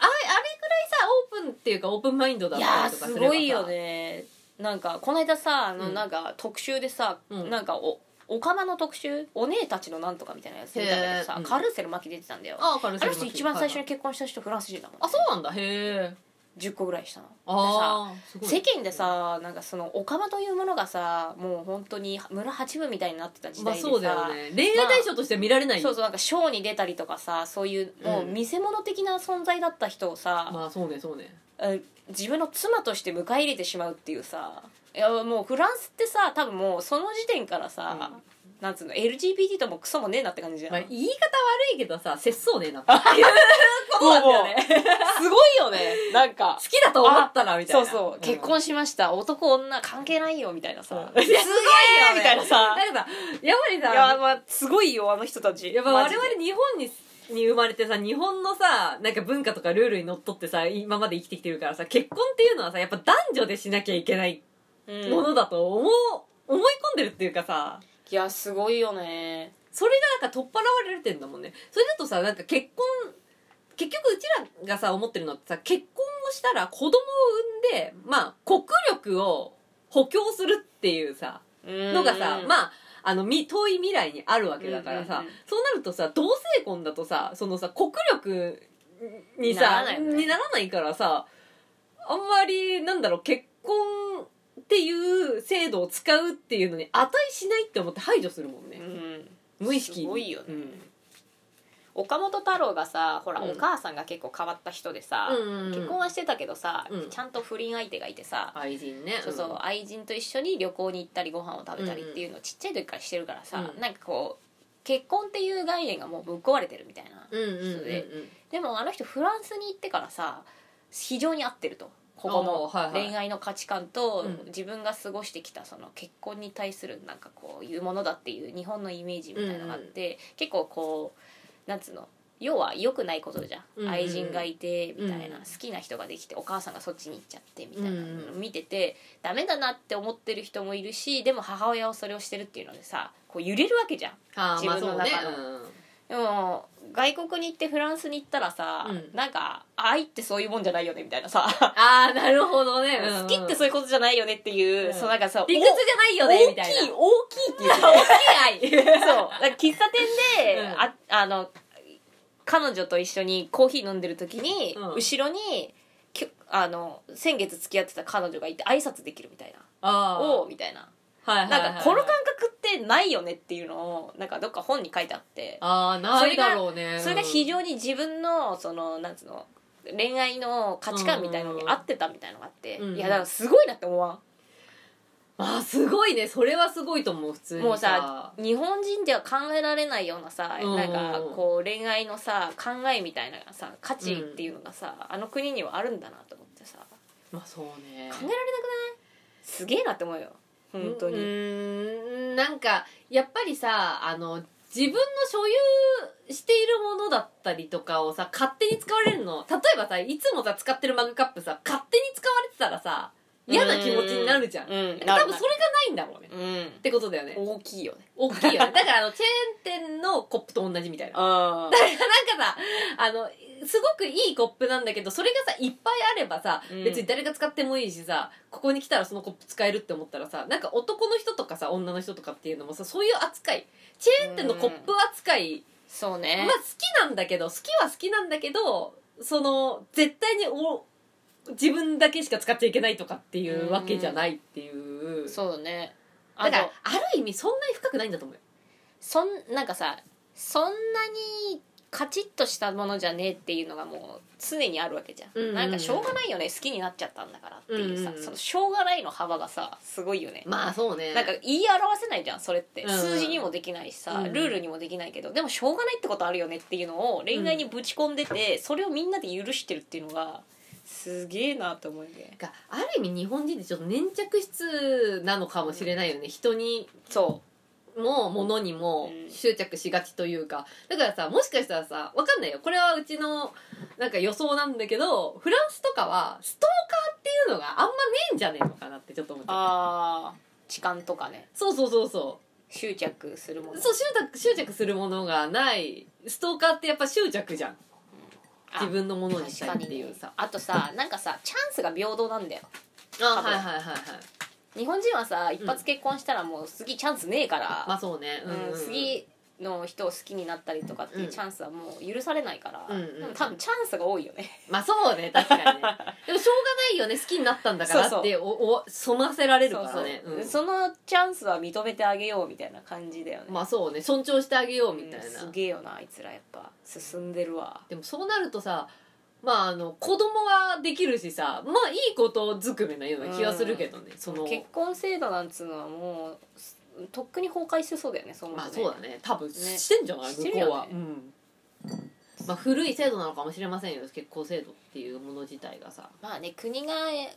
Speaker 2: さオープンっていうかオープンマインドだっ
Speaker 1: い
Speaker 2: た
Speaker 1: やー
Speaker 2: りとかす
Speaker 1: す
Speaker 2: ればさ
Speaker 1: ごいよねなんかこの間さあの、
Speaker 2: うん
Speaker 1: なんか特集でさ、
Speaker 2: うん
Speaker 1: なんかおおかまの特集お姉たちのなんとかみたいなやつ見たんだけど
Speaker 2: へ
Speaker 1: さ、
Speaker 2: ーうん
Speaker 1: カルーセル巻き出てたんだよあ
Speaker 2: ああ軽
Speaker 1: の人一番最初に
Speaker 2: に
Speaker 1: 結婚した人フランス人だもん、ね、
Speaker 2: あそうなんだへえ
Speaker 1: 10個ぐらいしたの
Speaker 2: ああすごい
Speaker 1: 世間でさなんかそのオカマというものがさもう本当に村八分みたいになってた時
Speaker 2: まあ
Speaker 1: 代でさ、
Speaker 2: そうだよね恋愛対象としては見られない
Speaker 1: そうそうなんかショーに出たりとかさそういうもう見せ物的な存在だった人をさ、
Speaker 2: まあそうねそうね
Speaker 1: うん自分の妻として迎え入れてしまうっていうさいやもうフランスってさ多分もうその時点からさ、なんつうの LGBT ともクソもねえなって感じじゃん、
Speaker 2: まあ言い方悪いけどさ節操ねえなっていうことなんだよね
Speaker 1: すごいよねなんか
Speaker 2: 好きだと思ったらみたい
Speaker 1: そう
Speaker 2: な
Speaker 1: そう、
Speaker 2: ん
Speaker 1: 結婚しました男女関係ないよみたいなさ、
Speaker 2: うん
Speaker 1: すげえ
Speaker 2: ね
Speaker 1: みたいなさ
Speaker 2: だからさやっぱりさ
Speaker 1: いやまあすごいよあの人たち
Speaker 2: やっぱ
Speaker 1: マ
Speaker 2: 我
Speaker 1: ジで
Speaker 2: 々日本にに生まれてさ日本のさなんか文化とかルールにのっとってさ今まで生きてきてるからさ結婚っていうのはさやっぱ男女でしなきゃいけない
Speaker 1: うん
Speaker 2: ものだと思う、思い込んでるっていうかさ
Speaker 1: いやすごいよね
Speaker 2: それがなんか取っ払われてんだもんねそれだとさなんか結婚結局うちらがさ思ってるのってさ結婚をしたら子供を産んでまあ国力を補強するっていうさの
Speaker 1: の
Speaker 2: がさ、まああのみ遠い未来にあるわけだからさ、
Speaker 1: うんうんうん
Speaker 2: そうなるとさ同性婚だとさそのさ国力にさ
Speaker 1: ならないよね
Speaker 2: にならないからさあんまりなんだろう結婚っていう制度を使うっていうのに値しないって思って排除するもんね、
Speaker 1: うん
Speaker 2: 無意識に
Speaker 1: すごいよね
Speaker 2: うん
Speaker 1: 岡本太郎がさほら、
Speaker 2: うん
Speaker 1: お母さんが結構変わった人でさ、
Speaker 2: 結
Speaker 1: 結婚はしてたけどさ、
Speaker 2: うん
Speaker 1: ちゃんと不倫相手がいてさ、
Speaker 2: 愛人ね
Speaker 1: そうそう愛人と一緒に旅行に行ったりご飯を食べたりっていうのをちっちゃい時からしてるからさ、
Speaker 2: うん
Speaker 1: なんかこう結婚っていう概念がもうぶっ壊れてるみたいな、
Speaker 2: うんうんうんうん
Speaker 1: そうででもあの人フランスに行ってからさ非常に合ってるとここ
Speaker 2: おーはい
Speaker 1: の
Speaker 2: はい
Speaker 1: 恋愛の価値観と
Speaker 2: うん
Speaker 1: 自分が過ごしてきたその結婚に対するなんかこういうものだっていう日本のイメージみたいなのがあって、結構こうなんつうの要は良くないことじゃん、
Speaker 2: うんうん
Speaker 1: 愛人がいてみたいな、
Speaker 2: うん
Speaker 1: 好きな人ができてお母さんがそっちに行っちゃってみたいな
Speaker 2: うん
Speaker 1: のを見てて、ダメだなって思ってる人もいるしでも母親はそれをしてるっていうのでさこう揺れるわけじゃん
Speaker 2: あーまあ
Speaker 1: 自分の中の
Speaker 2: そうねうん
Speaker 1: でも外国に行ってフランスに行ったらさ、
Speaker 2: うん
Speaker 1: なんか愛ってそういうもんじゃないよねみたいなさ、
Speaker 2: ああなるほどね、うん
Speaker 1: 好きってそういうことじゃないよねっていう、
Speaker 2: うん
Speaker 1: そうなんかさ
Speaker 2: 理屈じゃないよねみたいな
Speaker 1: 大きい大きいっていう
Speaker 2: 大きい愛
Speaker 1: そうなんか喫茶店で、
Speaker 2: うん
Speaker 1: ああの彼女と一緒にコーヒー飲んでる時に、
Speaker 2: うん
Speaker 1: 後ろにきょあの先月付き合ってた彼女がいて挨拶できるみたいな「
Speaker 2: あー
Speaker 1: おう」みたいな
Speaker 2: はいはいはい
Speaker 1: なんかこの感覚ってないよねっていうのをなんかどっか本に書いてあって
Speaker 2: ああないだろうね
Speaker 1: それが非常に自分のそのなんつうの恋愛の価値観みたいのに合ってたみたいのがあって、
Speaker 2: うん
Speaker 1: いやだからすごいなって思わん、
Speaker 2: あーすごいねそれはすごいと思う普通に
Speaker 1: もうさ日本人では考えられないようなさ、
Speaker 2: うん
Speaker 1: なんかこう恋愛のさ考えみたいなさ価値っていうのがさ、あの国にはあるんだなと思ってさ考
Speaker 2: まあそうね
Speaker 1: えられなくないすげえなって思うよ本当に、
Speaker 2: うーんなんかやっぱりさあの自分の所有しているものだったりとかをさ勝手に使われるの例えばさいつもさ使ってるマグカップさ勝手に使われてたらさ嫌な気持ちになるじゃ
Speaker 1: う
Speaker 2: ん
Speaker 1: ん、うん
Speaker 2: 多分それがないんだろうねっ
Speaker 1: うん
Speaker 2: てことだよね
Speaker 1: 大きいよね
Speaker 2: 大きいよねだからあのチェーン店のコップと同じみたい
Speaker 1: あ
Speaker 2: ななんかさ、あの、すごくいいコップなんだけど、それがさ、いっぱいあればさ、
Speaker 1: うん
Speaker 2: 別に誰が使ってもいいしさ、ここに来たらそのコップ使えるって思ったらさ、なんか男の人とかさ、女の人とかっていうのもさ、そういう扱い、チェーン店のコップ扱い、
Speaker 1: そう
Speaker 2: ま
Speaker 1: ね
Speaker 2: あ好きなんだけど、好きは好きなんだけど、その、絶対にお、自分だけしか使っちゃいけないとかっていうわけじゃないっていう。
Speaker 1: そうねあ
Speaker 2: だ
Speaker 1: と
Speaker 2: からある意味そんなに深くないんだと思うよ
Speaker 1: そんなんかさそんなにカチッとしたものじゃねえっていうのがもう常にあるわけじゃん,、
Speaker 2: うんうんうん
Speaker 1: なんかしょうがないよね好きになっちゃったんだからっていうさ、
Speaker 2: うんうんうん
Speaker 1: そのしょうがないの幅がさすごいよね、
Speaker 2: まあそうね
Speaker 1: なんか言い表せないじゃんそれって、
Speaker 2: うん
Speaker 1: 数字にもできないしさ、
Speaker 2: うん
Speaker 1: ルールにもできないけどでもしょうがないってことあるよねっていうのを恋愛にぶち込んでて、それをみんなで許してるっていうのがすげえなと思うんで
Speaker 2: がある意味日本人ってちょっと粘着質なのかもしれないよね人に
Speaker 1: そ
Speaker 2: も物にも
Speaker 1: うん
Speaker 2: 執着しがちというかだからさもしかしたらさわかんないよこれはうちのなんか予想なんだけどフランスとかはストーカーっていうのがあんまねえんじゃねえのかなってちょっと思っ
Speaker 1: う
Speaker 2: ちゃう
Speaker 1: ああ痴漢とかね
Speaker 2: そうそうそうそう
Speaker 1: 執着するもの
Speaker 2: そう執着執着するものがないストーカーってやっぱ執着じゃん
Speaker 1: あ
Speaker 2: 自分のものにし
Speaker 1: 確
Speaker 2: た
Speaker 1: か
Speaker 2: いっ
Speaker 1: に
Speaker 2: ていうさ
Speaker 1: あとさなんかさチャンスが平等なんだよ
Speaker 2: あ
Speaker 1: 多分
Speaker 2: はいはいはいはい
Speaker 1: 日本人はさ一発結婚したらもう次チャンスねえから、
Speaker 2: まあそうねうんう
Speaker 1: う
Speaker 2: ん
Speaker 1: ん次の人を好きになったりとかっていうチャンスはもう許されないから、
Speaker 2: うんうん
Speaker 1: でも多分チャンスが多いよね
Speaker 2: まあそうね確かにねでもしょうがないよね好きになったんだから
Speaker 1: そうそう
Speaker 2: っておおそませられる
Speaker 1: そ
Speaker 2: か
Speaker 1: う
Speaker 2: ら
Speaker 1: そう
Speaker 2: ね、うん
Speaker 1: そのチャンスは認めてあげようみたいな感じだよね、
Speaker 2: まあそうね尊重してあげようみたい
Speaker 1: うん
Speaker 2: な、
Speaker 1: すげえよなあいつらやっぱ進んでるわ
Speaker 2: でもそうなるとさまああの子供はできるしさまあいいことずくめなような気はするけどね、その
Speaker 1: 結婚制度なんつうのはもうとっくに崩壊してそうだよねそもも
Speaker 2: まあ
Speaker 1: ね
Speaker 2: そうだね多分
Speaker 1: ね
Speaker 2: してんじゃない、
Speaker 1: してるよ
Speaker 2: 向こ
Speaker 1: ね
Speaker 2: うは、うんまあ、古い制度なのかもしれませんよ結婚制度っていうもの自体がさ
Speaker 1: まあね国が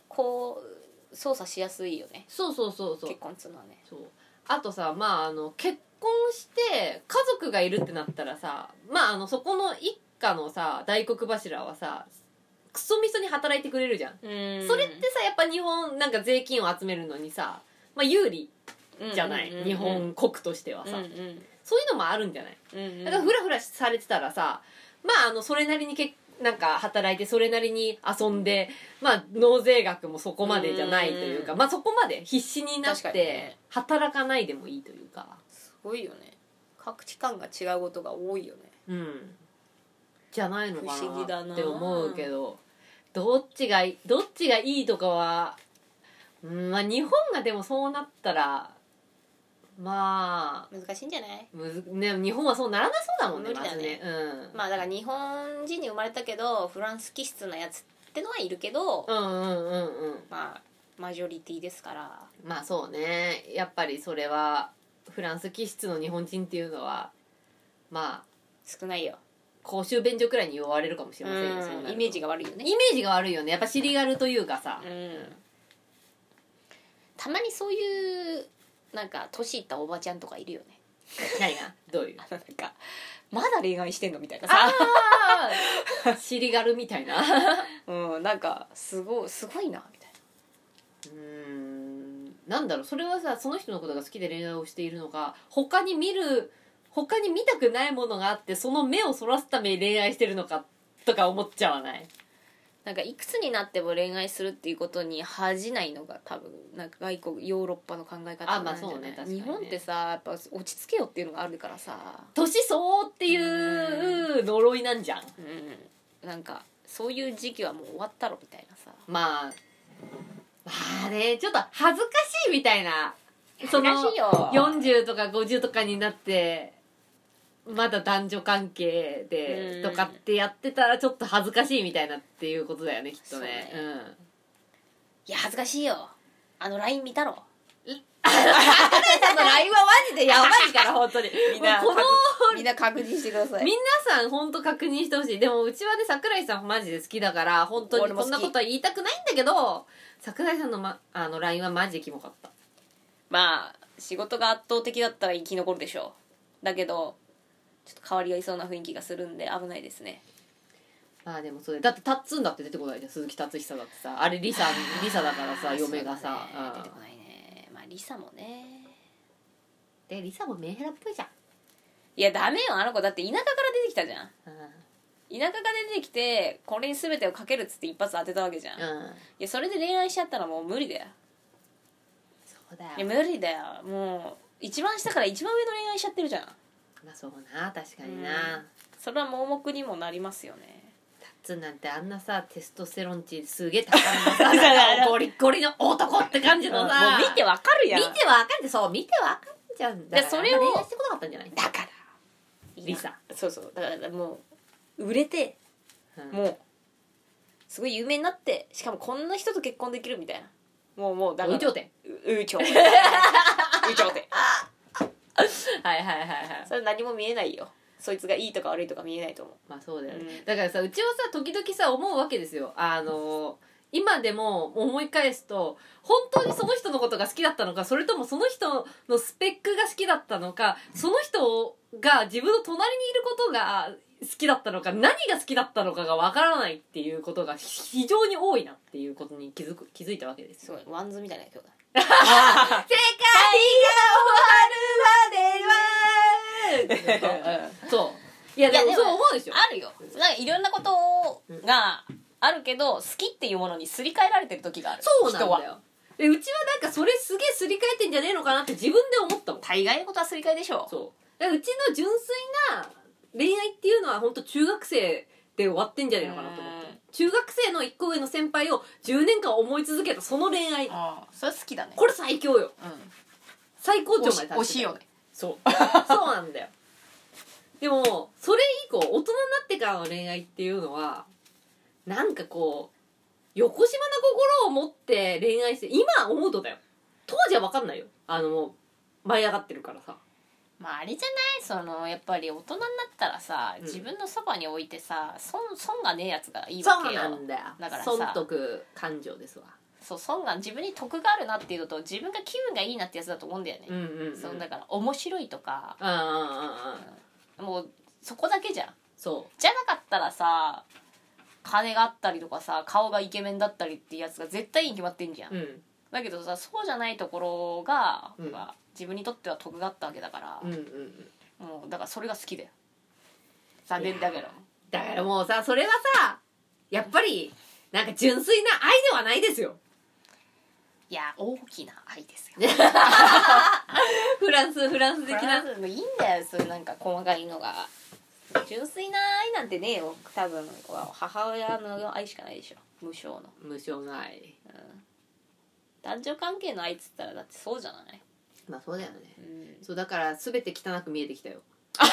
Speaker 1: こう操作しやすいよね
Speaker 2: そうそうそうそう
Speaker 1: 結婚っつうのはね
Speaker 2: そうあとさまああの結婚して家族がいるってなったらさまああのそこの一家のさ大黒柱はさクソみそに働いてくれるじゃん、そ
Speaker 1: そ
Speaker 2: れってさやっぱ日本なんか税金を集めるのにさ、まあ、有利じゃない、日本国としては
Speaker 1: は
Speaker 2: さ、
Speaker 1: さ
Speaker 2: そういうのもあるんじゃないだからフラフラされてたらさまああのそれなりにけなんか働いてそれなりに遊んで、まあ、納税額もそこまでじゃないというか、
Speaker 1: うん
Speaker 2: まあ、そこまで必死になっ
Speaker 1: 確かに
Speaker 2: て
Speaker 1: ね
Speaker 2: 働かないでもいいというか
Speaker 1: すごいよね各地間が違うことが多いよね
Speaker 2: うんじゃないのか
Speaker 1: 不思議だ
Speaker 2: な
Speaker 1: な
Speaker 2: って思うけどどっちがいどっちがいいとかは、うんまあ、日本がでもそうなったらまあ
Speaker 1: 難しいんじゃない
Speaker 2: むず、ね、日本はそうならなそうだもんね
Speaker 1: 無理だね
Speaker 2: まずね。うん
Speaker 1: まあだから日本人に生まれたけどフランス気質なやつってのはいるけど
Speaker 2: うんうんうんうん
Speaker 1: まあマジョリティですから
Speaker 2: まあそうねやっぱりそれはフランス気質の日本人っていうのはまあ
Speaker 1: 少ないよ
Speaker 2: 公衆便所くらいに呼ばれるかもし
Speaker 1: イ
Speaker 2: れませんよそうなると
Speaker 1: メージが悪いよね
Speaker 2: イメージが悪いよねやっぱ尻軽というかさ
Speaker 1: うんたまにそういうなんか年いったおばちゃんとかいるよね
Speaker 2: 何がどうい う
Speaker 1: なんかまだ恋愛してんのみたいな
Speaker 2: あ
Speaker 1: さ
Speaker 2: あ尻軽みたいな
Speaker 1: うんなんかすごいすごいなみたいな
Speaker 2: うんなんだろうそれはさその人のことが好きで恋愛をしているのか他に見る他に見たくないものがあってその目をそらすために恋愛してるのかとか思っちゃわない
Speaker 1: なんかいくつになっても恋愛するっていうことに恥じないのが多分なんか外国ヨーロッパの考え方
Speaker 2: あ
Speaker 1: な
Speaker 2: まあ
Speaker 1: んじゃ
Speaker 2: そ
Speaker 1: な
Speaker 2: うね
Speaker 1: い
Speaker 2: 確かにね
Speaker 1: 日本ってさやっぱ落ち着けよっていうのがあるからさ、
Speaker 2: 年相応っていう呪いなんじゃん
Speaker 1: うん、なんかそういう時期はもう終わったろみたいなさ
Speaker 2: まあまあねちょっと恥ずかしいみたいなその
Speaker 1: 悲しいよ
Speaker 2: 40とか50とかになってまだ男女関係で
Speaker 1: うん
Speaker 2: とかってやってたらちょっと恥ずかしいみたいなっていうことだよねきっとね
Speaker 1: そういや恥ずかしいよあの LINE 見た ろ
Speaker 2: うんその LINE はマジでやば いから本当に
Speaker 1: みんな
Speaker 2: もうこの
Speaker 1: みんな確認してくださ
Speaker 2: 皆さん本当確認してほしいでもうちはね桜井さんマジで好きだから本当
Speaker 1: 俺
Speaker 2: に
Speaker 1: も
Speaker 2: こ
Speaker 1: 好
Speaker 2: ん
Speaker 1: き
Speaker 2: なことは言いたくないんだけど桜井さんの,、ま、あの LINE はマジでキモかった
Speaker 1: まあ仕事が圧倒的だったら生き残るでしょうだけどちょっと変わりがいそうな雰囲気がするんで危ないですね
Speaker 2: まあでもそれだってタッツンだって出てこないじゃん鈴木達久だってさあれリサリサだからさ
Speaker 1: あー
Speaker 2: 嫁が
Speaker 1: そう
Speaker 2: さ
Speaker 1: だね
Speaker 2: う
Speaker 1: 出
Speaker 2: ん
Speaker 1: てこないねまあリサもね
Speaker 2: でリサもメンヘラっぽいじゃん、
Speaker 1: いやダメよあの子だって田舎から出てきたじゃん田舎から出てきてこれに全てをかけるっつって一発当てたわけじゃん、い
Speaker 2: うん
Speaker 1: やそれで恋愛しちゃったらもう無理だよ
Speaker 2: そうだ
Speaker 1: いや無理だよもう一番下から一番上の恋愛しちゃってるじゃん
Speaker 2: まあそうな確かにな、
Speaker 1: うんそれは盲目にもなりますよね
Speaker 2: だっツなんてあんなさテストステロン値すげえ高いの さなんかゴリッゴリの男って感じ
Speaker 1: も
Speaker 2: の
Speaker 1: う
Speaker 2: さ
Speaker 1: 見てわかる
Speaker 2: 見
Speaker 1: やん
Speaker 2: てわかんじゃんそう見てわかんじゃんだから
Speaker 1: それを
Speaker 2: 恋愛してこなかったんじゃない
Speaker 1: だから
Speaker 2: リサ
Speaker 1: そうそうだからもう売れてもうすごい有名になってしかもこんな人と結婚できるみたいなもうもうだ
Speaker 2: だ
Speaker 1: か
Speaker 2: からら有頂 天
Speaker 1: ううちょううちょうて
Speaker 2: はいはいはいは い
Speaker 1: それ何も見えないよそいつがいいとか悪いとか見えないと思う
Speaker 2: まあそうだよね、
Speaker 1: うん
Speaker 2: だからさうちはさ時々さ思うわけですよあの今でも思い返すと本当にその人のことが好きだったのかそれともその人のスペックが好きだったのかその人が自分の隣にいることが好きだったのか何が好きだったのかがわからないっていうことが非常に多いなっていうことに気づく気づいたわけですよ
Speaker 1: すごいワンズみたいな今日だ
Speaker 2: 世界が終わるまでは そういやで
Speaker 1: い
Speaker 2: も
Speaker 1: やで
Speaker 2: そ
Speaker 1: も
Speaker 2: う思うでしょ
Speaker 1: あるよなんかいろんなことがあるけど好きっていうものにすり替えられてる時がある
Speaker 2: そうなん
Speaker 1: 人は
Speaker 2: だよでうちはなんかそれすげえすり替えてんじゃねえのかなって自分で思ったもん
Speaker 1: 大概のことはすり替えでしょ
Speaker 2: そうだからうちの純粋な恋愛っていうのは本当中学生で終わってんじゃねえのかなと思って
Speaker 1: うん
Speaker 2: 中学生の一個上の先輩を10年間思い続けたその恋愛
Speaker 1: ああそれ好きだね
Speaker 2: これ最強よ最高
Speaker 1: うん
Speaker 2: 潮まで達してた
Speaker 1: 推しよね
Speaker 2: そう そうなんだよでもそれ以降大人になってからの恋愛っていうのはなんかこう横島な心を持って恋愛して今思うとだよ当時は分かんないよあのもう舞い上がってるからさ
Speaker 1: まああれじゃないそのやっぱり大人になったらさ
Speaker 2: うん
Speaker 1: 自分のそばに置いてさ損損がねえやつがいいわ
Speaker 2: そう
Speaker 1: けよ
Speaker 2: なんだよ
Speaker 1: だからさ
Speaker 2: 損得感情ですわ
Speaker 1: そう損が自分に得があるなっていうのと自分が気分がいいなってやつだと思うんだよね
Speaker 2: う、んうん、うん、
Speaker 1: そうだから面白いとか
Speaker 2: うんうんうんうん
Speaker 1: もうそこだけじゃん
Speaker 2: そ
Speaker 1: じゃなかったらさ金があったりとかさ顔がイケメンだったりっていうやつが絶対に決まってんじゃん、
Speaker 2: ううん
Speaker 1: だけどさそうじゃないところが、
Speaker 2: うん
Speaker 1: まあ自分にとっては得があったわけだから
Speaker 2: うんうんうん
Speaker 1: もうだからそれが好きだよ残念だけど
Speaker 2: だからもうさそれはさやっぱりなんか純粋な愛ではないですよ
Speaker 1: いや大きな愛ですよ
Speaker 2: フランスフランス
Speaker 1: 的
Speaker 2: 的な
Speaker 1: ないいんだよそういうなんか細かいのが純粋な愛なんてねえよ多分母親の愛しかないでしょ無償の
Speaker 2: 無償の愛
Speaker 1: 男女関係の愛っつったらだってそうじゃない、
Speaker 2: まあそうだよね
Speaker 1: うん、
Speaker 2: そうだから全て汚く見えてきたよ
Speaker 1: か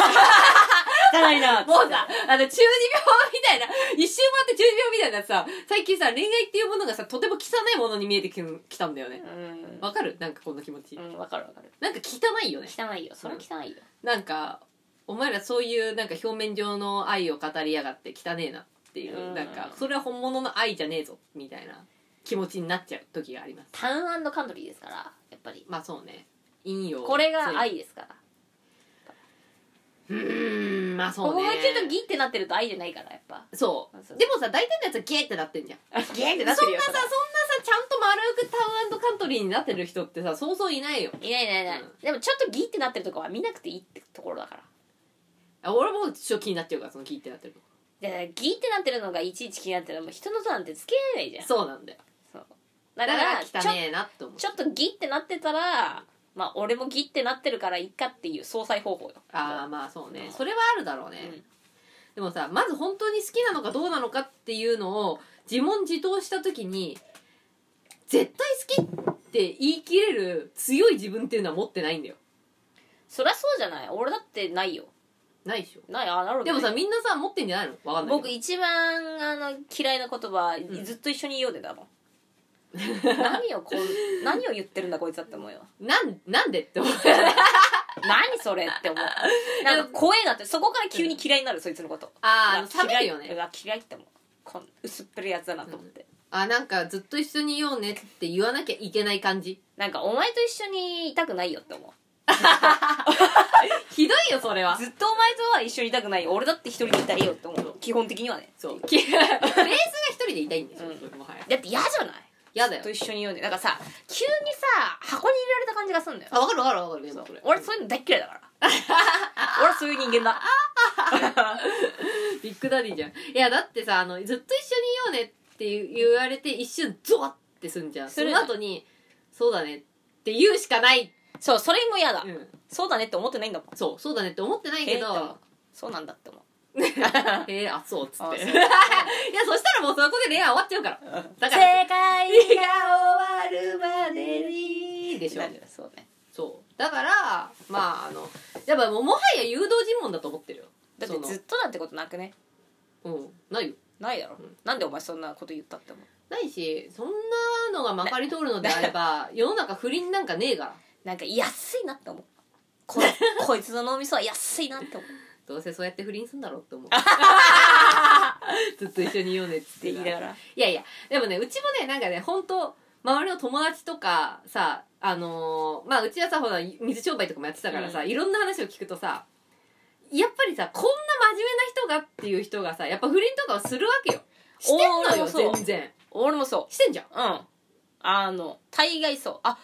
Speaker 1: なり な
Speaker 2: もうさあの中二病みたいな一周回って中二病みたいなさ最近さ恋愛っていうものがさとても汚いものに見えてききたんだよね
Speaker 1: うん
Speaker 2: わかるなんかこんな気持ち
Speaker 1: うんわかるわかる
Speaker 2: なんか汚いよね
Speaker 1: 汚いよそれは汚いよ、
Speaker 2: なんかお前らそういうなんか表面上の愛を語りやがって汚ねえなっていううんなんかそれは本物の愛じゃねえぞみたいな気持ちになっちゃう時があります
Speaker 1: タウンカントリーですからやっぱり
Speaker 2: まあそうね引用
Speaker 1: これが愛ですから
Speaker 2: うーんまあそう
Speaker 1: こ
Speaker 2: ね
Speaker 1: こがちょっとギッてなってると愛じゃないからやっぱ
Speaker 2: そう
Speaker 1: そう
Speaker 2: でもさ大体のやつはゲーってなってんじゃん
Speaker 1: ギーって
Speaker 2: そんな
Speaker 1: よ
Speaker 2: さそんなさちゃんと丸くタウンカントリーになってる人ってさそうそういないよ
Speaker 1: いないいないいない、
Speaker 2: うん
Speaker 1: でもちょっとギーってなってるとこは見なくていいってところだから
Speaker 2: あ俺もちょっと気になっちゃうからその聞いてなってる
Speaker 1: でギーってなってるのがいちいち気になってるのも人のとなんてつけれないじゃん
Speaker 2: そうなんだよ
Speaker 1: そう
Speaker 2: だ
Speaker 1: だ
Speaker 2: か
Speaker 1: かららちょ
Speaker 2: 汚ねえなって思う
Speaker 1: ちょっとギーってなってたらまあ俺もギーってなってるからいいかっていう相殺方法よ
Speaker 2: ああまあそうね
Speaker 1: うん
Speaker 2: それはあるだろうね、
Speaker 1: うん
Speaker 2: でもさまず本当に好きなのかどうなのかっていうのを自問自答した時に絶対好きって言い切れる強い自分っていうのは持ってないんだよ
Speaker 1: そりゃそうじゃない俺だってないよ
Speaker 2: ないでしょ
Speaker 1: ないあなるほどね
Speaker 2: でもさみんなさ持ってんじゃないのわかんない
Speaker 1: 僕
Speaker 2: け
Speaker 1: 一番あの嫌いな言葉、
Speaker 2: ん
Speaker 1: ずっと一緒に言おうでだもん 何をこう何を言ってるんだこいつだって思うよ
Speaker 2: どなんなんでって思う
Speaker 1: 何それって思 うなんか怖えなってそこから急に嫌いになるそいつのこと
Speaker 2: ああ
Speaker 1: うわ
Speaker 2: 冷めるよ
Speaker 1: 嫌い
Speaker 2: ね
Speaker 1: うわ嫌いって思うこん薄っぺらいやつだなと思って、
Speaker 2: あなんかずっと一緒にいようねって言わなきゃいけない感じ
Speaker 1: なんかお前と一緒にいたくないよって思う
Speaker 2: ひどいよそれ は
Speaker 1: ずっとお前とは一緒にいたくない俺だって一人でいたいよって思う基本的にはね
Speaker 2: そうベースが一人でいたいんですよ、
Speaker 1: う
Speaker 2: もはや
Speaker 1: だって嫌じゃない
Speaker 2: やだよ
Speaker 1: と一緒にいようねなんかさ急にさ箱に入れられた感じがするんだよ
Speaker 2: あわかるわかるわかるでもそれ
Speaker 1: 俺そういうの大っ嫌いだ から俺はそういう人間だ
Speaker 2: ビッグダディじゃん。いや、だってさ、あの、ずっと一緒にいようねって言われて、一瞬ゾワってすんじゃん。
Speaker 1: す
Speaker 2: そ
Speaker 1: る
Speaker 2: の後に、そうだねって言うしかない。
Speaker 1: そうそれも嫌だ、
Speaker 2: うん。
Speaker 1: そうだねって思ってないんだもん
Speaker 2: そう、そうだねって思ってないけ
Speaker 1: へーって思う
Speaker 2: ど、
Speaker 1: そうなんだって思う
Speaker 2: えー、あそうっつ
Speaker 1: あ
Speaker 2: って い
Speaker 1: そう
Speaker 2: やそしたらもうそこで恋愛終わっちゃうからだから
Speaker 1: 世界が
Speaker 2: 終わるまでにでしょ
Speaker 1: 大丈夫そうね
Speaker 2: そうだからまああのやっぱもうもはや誘導尋問だと思ってるよ
Speaker 1: だってずっとなんてことなくね
Speaker 2: そのうんないよ
Speaker 1: ないだろ、
Speaker 2: うん
Speaker 1: なんでお前そんなこと言ったって思う
Speaker 2: ないしそんなのがまかり通るのであれ ば世の中不倫なんかねえから
Speaker 1: なんか安いなって思 うここいつの脳みそは安いなって思う
Speaker 2: どうせそうやって不倫すんだろうって思う ずっと一緒にいようねっつ
Speaker 1: っ
Speaker 2: っ
Speaker 1: てて言いながら
Speaker 2: いやいやでもねうちもねなんかね本当周りの友達とかさあのーまあうちはさほら水商売とかもやってたからさ、
Speaker 1: うん
Speaker 2: いろんな話を聞くとさやっぱりさこんな真面目な人がっていう人がさやっぱ不倫とかをするわけよしてんの
Speaker 1: 俺もそ
Speaker 2: よ
Speaker 1: う
Speaker 2: 全然
Speaker 1: 俺もそ
Speaker 2: してんじゃん
Speaker 1: ううんあの大概そうあ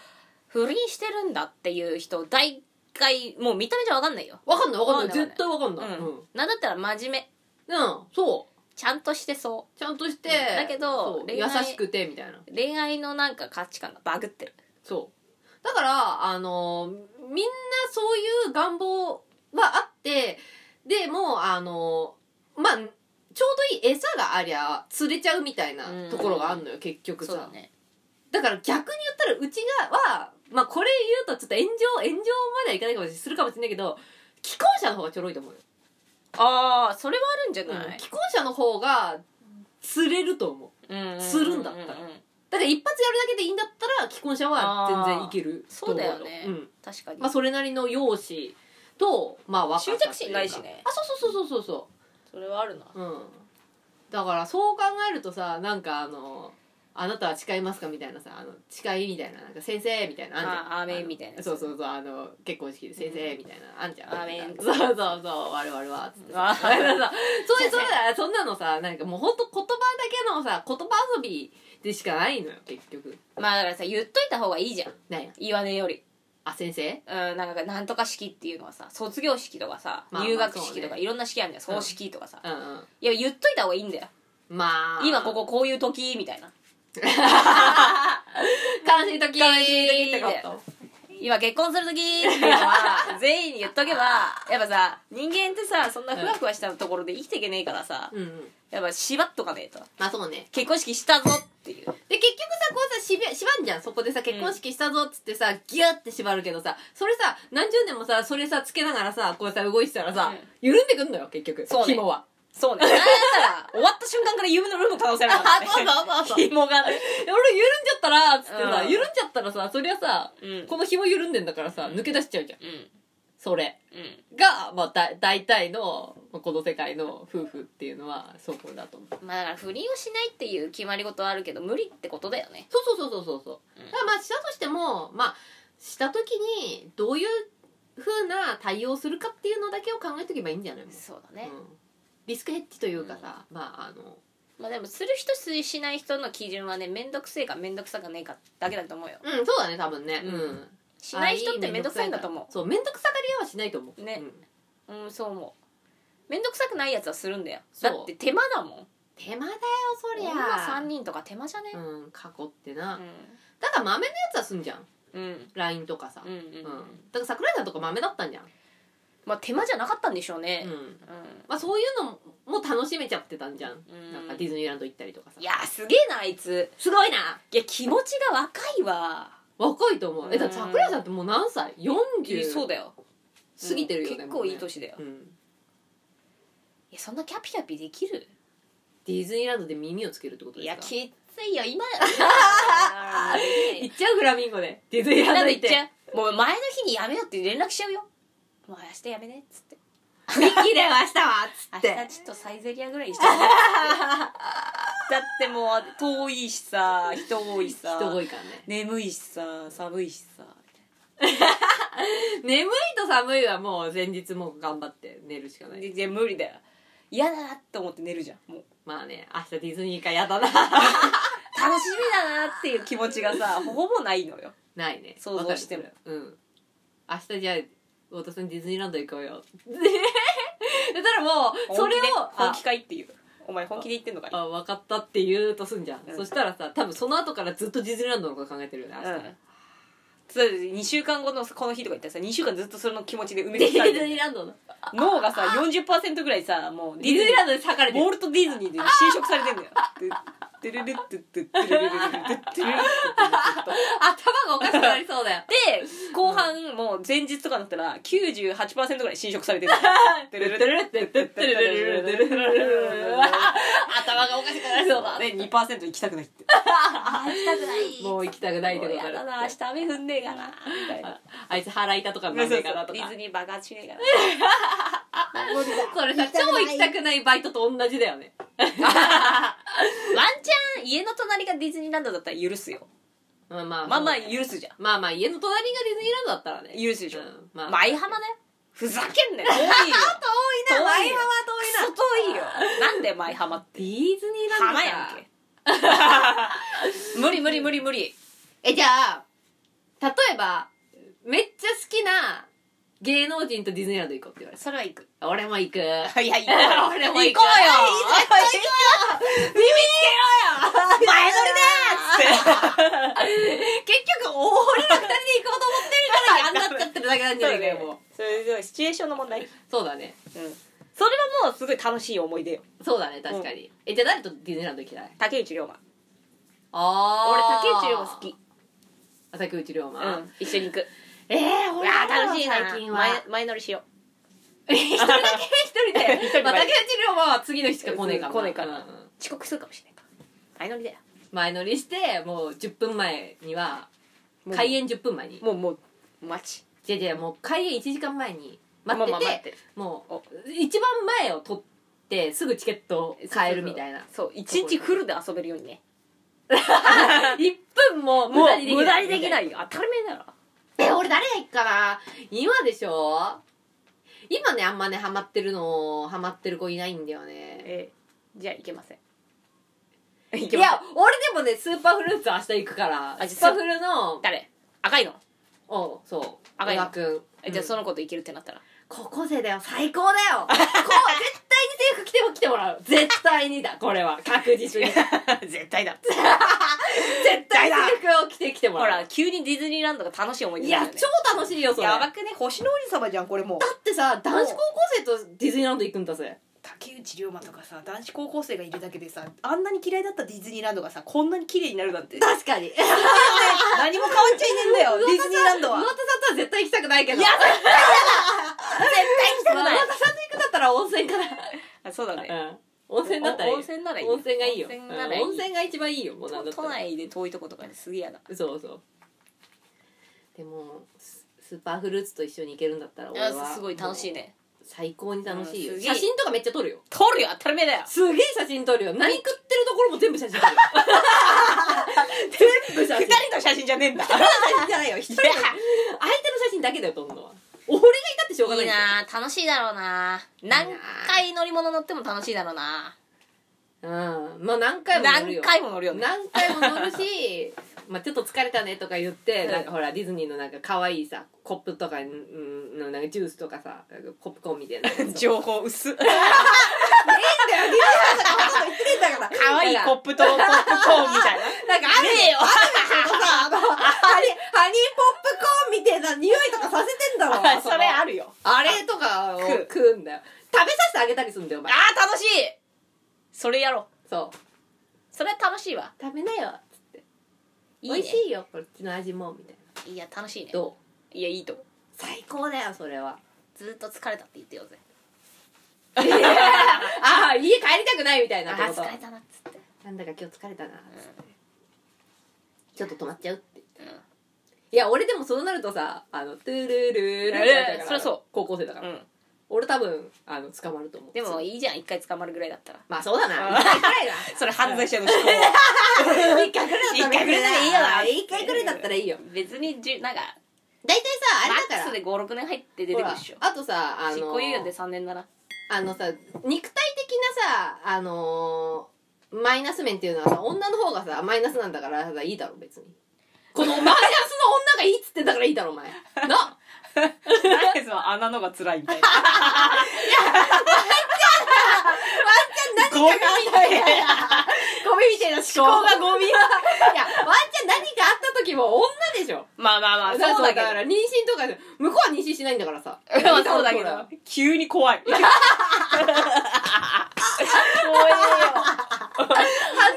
Speaker 1: 不倫してるんだっていう人大概もう見た目じゃ分かんないよ
Speaker 2: わかんないわかんな
Speaker 1: わかん
Speaker 2: い
Speaker 1: ない
Speaker 2: 絶対わかん
Speaker 1: う
Speaker 2: ない
Speaker 1: ん、
Speaker 2: うん、うん
Speaker 1: なんだったら真面目
Speaker 2: そ
Speaker 1: ちゃんとしてそう
Speaker 2: ちゃんとして、
Speaker 1: うんだけど
Speaker 2: そう
Speaker 1: 恋
Speaker 2: 優
Speaker 1: 愛
Speaker 2: しくてみたいな
Speaker 1: 恋愛のなんか価値観がバグってる
Speaker 2: そう。だから、あの、みんなそういう願望はあって、でも、あの、まあ、ちょうどいい餌がありゃ釣れちゃうみたいなところがあるのよ、結局
Speaker 1: そうだ
Speaker 2: さ。
Speaker 1: ね
Speaker 2: だから逆に言ったら、うちがは、まあこれ言うとちょっと炎上、炎上まではいかないかもしれない、するかもしれないけど、既婚者の方がちょろいと思うよ。
Speaker 1: ああそれはあるんじゃない、
Speaker 2: 既婚者の方が釣れると思う。
Speaker 1: うん
Speaker 2: するんだったら
Speaker 1: ううん
Speaker 2: だから一発やるだけでいいんだったら、既婚者は全然いけると思
Speaker 1: あーそうだよね
Speaker 2: うん
Speaker 1: 確かに、
Speaker 2: まあ、それなりの容姿と、まあ、若さとうか
Speaker 1: 執着心ないしね
Speaker 2: あそうそうそうそうそ
Speaker 1: それはあるな
Speaker 2: うそううんだからそう考えるとさなんかあの「あなたは誓いますか?」みたいなさ「あの誓い」みたいな「なんか先生」みたいなあんじゃん
Speaker 1: あアーメンみたいなやつ
Speaker 2: そうそうそうあの結婚式で「先生」みたいなあんじゃん
Speaker 1: アーメン
Speaker 2: そうそうそう我々はつって
Speaker 1: あ
Speaker 2: さそういうそうだそんなのさなんかもう本当言葉だけのさ言葉遊びでしかないのよ結局
Speaker 1: まあだからさ言っといた方がいいじゃん
Speaker 2: なんや
Speaker 1: 言わねえより
Speaker 2: あ先生
Speaker 1: うんなんかなんとか式っていうのはさ卒業式とかさ、
Speaker 2: まあまあ
Speaker 1: 入学式と
Speaker 2: そ
Speaker 1: か
Speaker 2: うね
Speaker 1: いろんな式あるんだよ
Speaker 2: うん
Speaker 1: 葬式とかさ、
Speaker 2: うんうん
Speaker 1: いや言っといた方がいいんだよ
Speaker 2: まあ
Speaker 1: 今こここういう時みたいな
Speaker 2: 悲しい時
Speaker 1: 悲しい時ってこ今結婚する 時っていうのは全員に言っとけばやっぱさ人間ってさそんなふわふわしたところで生きていけねえからさ
Speaker 2: うんうん
Speaker 1: やっぱ縛っとかねえと
Speaker 2: まあそうね
Speaker 1: 結婚式したぞっていう
Speaker 2: で結局さこうさしべ縛んじゃんそこでさ結婚式したぞっつってさ、ギューって縛るけどさそれさ何十年もさそれさつけながらさこうさ動いてたらさ、
Speaker 1: うん
Speaker 2: 緩んでくんのよ結局
Speaker 1: そうね
Speaker 2: 紐は
Speaker 1: そう ねなんだったら終わった瞬間から夢のルーム可能性ある からね
Speaker 2: そうそうそう
Speaker 1: 紐がね
Speaker 2: え俺緩んじゃったらっつってさ、
Speaker 1: うん
Speaker 2: 緩んじゃったらさそりゃさ、
Speaker 1: うん
Speaker 2: この紐緩んでんだからさ
Speaker 1: うん
Speaker 2: 抜け出しちゃうじゃん
Speaker 1: うん
Speaker 2: それ
Speaker 1: うん
Speaker 2: が、まあ、だ大体のまあこの世界の夫婦っていうのはそこだと思う
Speaker 1: まあだから不倫をしないっていう決まり事はあるけど無理ってことだよね
Speaker 2: そうそうそうそうそうそううんだからまあしたとしてもまあした時にどういう風な対応するかっていうのだけを考えとけばいいんじゃないもう
Speaker 1: そうだね、
Speaker 2: うんリスクヘッジというかさ、まああの
Speaker 1: まあでもする人ししない人の基準はね面倒くせえか面倒くさかねえかだけだと思うよ
Speaker 2: うんそうだね多分ね
Speaker 1: う
Speaker 2: うんん、
Speaker 1: しない人って面倒くさいんだと思
Speaker 2: そう面倒くさがり屋はしないと思う
Speaker 1: ね
Speaker 2: う
Speaker 1: う
Speaker 2: ん
Speaker 1: うんそう思う面倒くさくないやつはするんだよ
Speaker 2: そ
Speaker 1: だ
Speaker 2: う
Speaker 1: って手間だもん
Speaker 2: 手間だよそり
Speaker 1: 女
Speaker 2: ゃ
Speaker 1: 3人とか手間じゃね
Speaker 2: うん過去ってな、
Speaker 1: うん
Speaker 2: だから豆のやつはすんじゃん
Speaker 1: うん
Speaker 2: LINE とかさ、
Speaker 1: うんうん、う
Speaker 2: うん
Speaker 1: ん、
Speaker 2: だから桜井さんとか豆だったんじゃん、
Speaker 1: まあ手間じゃなかったんでしょうね
Speaker 2: うん
Speaker 1: うん、
Speaker 2: まあ、そういうのも楽しめちゃってたんじゃん、
Speaker 1: うん
Speaker 2: なんかディズニーランド行ったりとかさ
Speaker 1: いやーすげえなあいつ
Speaker 2: すごいない
Speaker 1: や気持ちが若いわ
Speaker 2: 若いと思うえだって桜井さんってもう何歳 ?40
Speaker 1: そうだ
Speaker 2: よ
Speaker 1: よ
Speaker 2: 過ぎてるよね
Speaker 1: うん結
Speaker 2: も
Speaker 1: 構
Speaker 2: うね
Speaker 1: いい年だよ、
Speaker 2: うん
Speaker 1: いやそんなキャピキャピできる
Speaker 2: ディズニーランドで耳をつけるってこと
Speaker 1: い
Speaker 2: です
Speaker 1: や
Speaker 2: か
Speaker 1: きついよ 今
Speaker 2: 行っちゃうフラミンゴでディズニー
Speaker 1: な
Speaker 2: ラン
Speaker 1: ん
Speaker 2: ド
Speaker 1: で言
Speaker 2: 行っ
Speaker 1: っち
Speaker 2: て
Speaker 1: ゃうもう前の日にやめようって連絡しちゃうよもう明日やめねっつって
Speaker 2: 綺麗はしたわっつ
Speaker 1: 明
Speaker 2: っ
Speaker 1: 日
Speaker 2: て
Speaker 1: ちょっとサイゼリアぐらいに しちゃうだってもう遠いしさ人多いしさ
Speaker 2: 人多いからね
Speaker 1: 眠いしさ寒いしさ
Speaker 2: 眠いと寒いはもう前日もう頑張って寝るしかない
Speaker 1: でで無理だよ嫌だなって思って寝るじゃんもう
Speaker 2: まあね明日ディズニーかやだな
Speaker 1: 楽しみだなっていう気持ちが さほぼないのよ
Speaker 2: ないね
Speaker 1: 想像しても
Speaker 2: わかるうん明日じゃあ太田さんディズニーランド行こうよ だからもうそ
Speaker 1: 本気
Speaker 2: れ
Speaker 1: で
Speaker 2: を
Speaker 1: 本
Speaker 2: あ
Speaker 1: 気かいっていうお前本気で言ってんのかい
Speaker 2: あ分かったって言うとすんじゃん、
Speaker 1: うん
Speaker 2: そしたらさ多分その後からずっとディズニーランドのこと考えてるよね明日、
Speaker 1: うん2週間後のこの日とか言ったらさ2週間ずっとその気持ちで埋め
Speaker 2: デ
Speaker 1: て
Speaker 2: ィ
Speaker 1: きたんだ
Speaker 2: ズ
Speaker 1: よ
Speaker 2: ニー
Speaker 1: ね
Speaker 2: ランドの
Speaker 1: 脳がさ40%ぐらいさもう
Speaker 2: ディズニーランドに裂かれて
Speaker 1: ウォ
Speaker 2: る
Speaker 1: ルト・ディズニーで侵食されてんだよ。ででででででででで
Speaker 2: 頭がおかしくなりそうだよ
Speaker 1: 後半もう前日とかになったら98%ぐらい侵食されて る。ででででででででで
Speaker 2: 頭がおかしくなり そうだ
Speaker 1: で2%行きたくないって。
Speaker 2: もう行きたくないって
Speaker 1: もう
Speaker 2: こと
Speaker 1: やだ
Speaker 2: だ
Speaker 1: な明日雨降んねえかなみたいな。
Speaker 2: あいつ腹痛とかなんねえかなと
Speaker 1: ディ
Speaker 2: か
Speaker 1: ズニー爆発しねえか な。
Speaker 2: それさ超行きたくないバイトと同じだよね
Speaker 1: ワンチャン家の隣がディズニーランドだったら許すよ。
Speaker 2: まあまあ
Speaker 1: まあまあ
Speaker 2: そうだね
Speaker 1: 許すじゃん。
Speaker 2: まあまあ家の隣がディズニーランドだったらね
Speaker 1: 許すでしょ
Speaker 2: うんまあ
Speaker 1: 舞浜だよ。ふざけんなよ。 遠いよ。
Speaker 2: 遠いな
Speaker 1: 遠い
Speaker 2: 舞
Speaker 1: よク
Speaker 2: 浜は遠い
Speaker 1: ソ
Speaker 2: な
Speaker 1: 遠いよ。なんで舞浜って。
Speaker 2: ディズニーランド
Speaker 1: 浜
Speaker 2: か
Speaker 1: やん け無理無理無理無理
Speaker 2: えじゃあ例えばめっちゃ好きな芸能人とディズニーランド行こうって言われ
Speaker 1: それは行く
Speaker 2: た俺も行
Speaker 1: い
Speaker 2: く
Speaker 1: や行こ う
Speaker 2: 俺も行く
Speaker 1: 行こうよ
Speaker 2: 耳つけろよ
Speaker 1: 前乗りだーっつっ
Speaker 2: 結局お俺ら二人で行こうと思ってるからあんなっちゃってるだけなん
Speaker 1: て
Speaker 2: じゃないかよもう
Speaker 1: それでシチュエーションの問題うん
Speaker 2: そうだね
Speaker 1: それはもうすごい楽しい思い出よ
Speaker 2: そうだね確かに、えじゃあ誰とディズニーランド行きたい
Speaker 1: 竹内涼真俺
Speaker 2: あ
Speaker 1: 竹内涼真好き
Speaker 2: 竹内涼真、
Speaker 1: うん一緒に行く
Speaker 2: ええー、
Speaker 1: う
Speaker 2: ほ
Speaker 1: わ
Speaker 2: ら
Speaker 1: ー楽しいな
Speaker 2: 最近は
Speaker 1: 前前乗りしよ
Speaker 2: 一人だけ
Speaker 1: 一
Speaker 2: 一人
Speaker 1: 人
Speaker 2: で、
Speaker 1: で
Speaker 2: まあ、竹内涼真は次の日しか来ねえから
Speaker 1: 来ねえから
Speaker 2: うんうん
Speaker 1: う遅刻するかもしれないから前乗りだよ
Speaker 2: 前乗りしてもう10分前には
Speaker 1: もう
Speaker 2: 開演10分前に
Speaker 1: もうもう待ち
Speaker 2: じゃじゃもう開演1時間前に待っ
Speaker 1: まあまあ
Speaker 2: て
Speaker 1: 待ってて
Speaker 2: もう一番前を取ってすぐチケットを買えるみたいな
Speaker 1: そう一日フルで遊べるようにね
Speaker 2: 1分も無
Speaker 1: もう
Speaker 2: 駄にできない
Speaker 1: 無駄にできないいよ当たり前だろ
Speaker 2: え俺誰が行くかな今でしょ今ねあんまねハマってるのハマってる子いないんだよね
Speaker 1: えーじゃあ行けません行
Speaker 2: い
Speaker 1: けません
Speaker 2: や俺でもねスーパーフルーツ明日行くから
Speaker 1: あじゃあ
Speaker 2: スーパーフルの
Speaker 1: 誰赤いの
Speaker 2: おそう
Speaker 1: 赤いの
Speaker 2: 小田君
Speaker 1: えじゃあ
Speaker 2: うん
Speaker 1: その子といけるってなったら、
Speaker 2: 高校生だよ最高だよこう絶対に制服着ても来てもらう絶対にだこれは確実に絶
Speaker 1: 絶対だ
Speaker 2: 対に制服を着て来ても
Speaker 1: ほ
Speaker 2: ら
Speaker 1: ら
Speaker 2: う
Speaker 1: 急にディズニーランドが楽しい思い出
Speaker 2: い
Speaker 1: になる
Speaker 2: や
Speaker 1: よね
Speaker 2: 超楽しいよそれ
Speaker 1: や
Speaker 2: だ
Speaker 1: ばくね星の王子様じゃんこれもう
Speaker 2: ってさ男子高校生とディズニーランド行くんだぜ
Speaker 1: 竹内涼真とかさ男子高校生がいるだけでさあんなに嫌いだったディズニーランドがさこんなに綺麗になるなんて
Speaker 2: 確 かに
Speaker 1: 何も変わっちゃいねえんだ よディズニーランドは
Speaker 2: 魚田さんとは絶対行きたくないけど
Speaker 1: いや
Speaker 2: 絶
Speaker 1: 絶対行きたくない
Speaker 2: 魚田さんと行くんだったら温 泉から
Speaker 1: あそうだね
Speaker 2: うん温泉だったらいい
Speaker 1: 温泉ならいいよ
Speaker 2: 温泉がいいよ
Speaker 1: 温泉ならいい
Speaker 2: うん温泉が一番いいよもうなんだった
Speaker 1: 都
Speaker 2: ら
Speaker 1: 内で遠いとことかですげえやだ
Speaker 2: そうそうでもススーパーフルーツと一緒に行けるんだったら俺は
Speaker 1: あすごい楽しいね
Speaker 2: 最高に楽しいよ、
Speaker 1: うんすげえ
Speaker 2: 写真とかめっちゃ撮るよ
Speaker 1: 撮るよ当たり前だよ
Speaker 2: すげえ写真撮るよ何食ってるところも全部写真撮るよ全部写
Speaker 1: 二
Speaker 2: 真
Speaker 1: 人の写真じゃねえんだ
Speaker 2: 写真じゃないよ一人の相手の写真だけだよ撮るのは俺がいたってしょうがない
Speaker 1: いい
Speaker 2: んだよ
Speaker 1: なあ楽しいだろうな何回乗り物乗っても楽しいだろうな
Speaker 2: うんまあ何回も乗る
Speaker 1: 何
Speaker 2: よ
Speaker 1: 回も乗るよね
Speaker 2: 何回も乗るしまあちょっと疲れたねとか言って、
Speaker 1: うん
Speaker 2: なんかほらディズニーのなんか可愛いさコップとかうんのなんかジュースとかさなんかポップコーンみたい な
Speaker 1: 情報薄
Speaker 2: だから
Speaker 1: 可愛いコップとポップコーンみたいな。
Speaker 2: なんかある
Speaker 1: ねえよ
Speaker 2: あのさ、あの、ハニー、ハニーポップコーンみたいな匂いとかさせてんだろ。
Speaker 1: あ それあ
Speaker 2: る。
Speaker 1: るよ。
Speaker 2: あれとかを
Speaker 1: 食う
Speaker 2: 食うんだよ。食べさせてあげたりすんだよ、
Speaker 1: あ
Speaker 2: お前。
Speaker 1: ー楽しいそれやろう。
Speaker 2: そう。
Speaker 1: それは楽しいわ。
Speaker 2: 食べなよ。
Speaker 1: い
Speaker 2: 美
Speaker 1: いね
Speaker 2: 味。しいよ、こっちの味も、みたいな。
Speaker 1: いや、楽しいね。
Speaker 2: どう
Speaker 1: いや、いいと思う。
Speaker 2: 最高だよ、それ は。
Speaker 1: ずっと疲れたって言ってようぜ。
Speaker 2: ああ、家帰りたくないみたい
Speaker 1: あ
Speaker 2: なって
Speaker 1: ー、
Speaker 2: こと
Speaker 1: 疲れたなっつって。
Speaker 2: なんだか今日疲れたな、つってちょっと止まっちゃうって。
Speaker 1: うん
Speaker 2: いや、俺でもそうなるとさ、あの、トゥルルルル
Speaker 1: えーそりゃそう。
Speaker 2: 高校生だから。
Speaker 1: うん。
Speaker 2: 俺多分、あの、捕まると思う。
Speaker 1: でも、いいじゃん、一回捕まるぐらいだったら。
Speaker 2: まあそうだな。
Speaker 1: うん
Speaker 2: 一回く らいだ。
Speaker 1: それ犯罪者の思考。
Speaker 2: 一回くらいだったら
Speaker 1: 一回くらいならいいよな
Speaker 2: 一回くらいだったらいいよ。
Speaker 1: 別にじゅ、なんか、
Speaker 2: 大体さ、あ
Speaker 1: マ
Speaker 2: れだ
Speaker 1: ッ
Speaker 2: から。
Speaker 1: クスで5、6年入って出て
Speaker 2: ほ
Speaker 1: くる
Speaker 2: ら
Speaker 1: っしょ。
Speaker 2: あとさ、あ
Speaker 1: 執
Speaker 2: の
Speaker 1: 行猶予で、3年なら。
Speaker 2: あのさ、肉体的なさ、あのー、マイナス面っていうのはさ、女の方がさ、マイナスなんだからさ、いいだろ、別に。このマイナスの女がいいっつってんだからいいだろ、お前。な
Speaker 1: 何でその穴のが辛いみたいな。
Speaker 2: 何かがあったみたいな。ゴミみたいな思考。
Speaker 1: 思考がゴミ
Speaker 2: いや、ワンちゃん何かあった時も女でしょ
Speaker 1: まあまあまあそう
Speaker 2: そ
Speaker 1: だ
Speaker 2: うだ
Speaker 1: けど
Speaker 2: から妊娠とか向こうは妊娠しないんだからさ
Speaker 1: まあそうだけ
Speaker 2: ほら
Speaker 1: ど急に怖い怖えよ
Speaker 2: 犯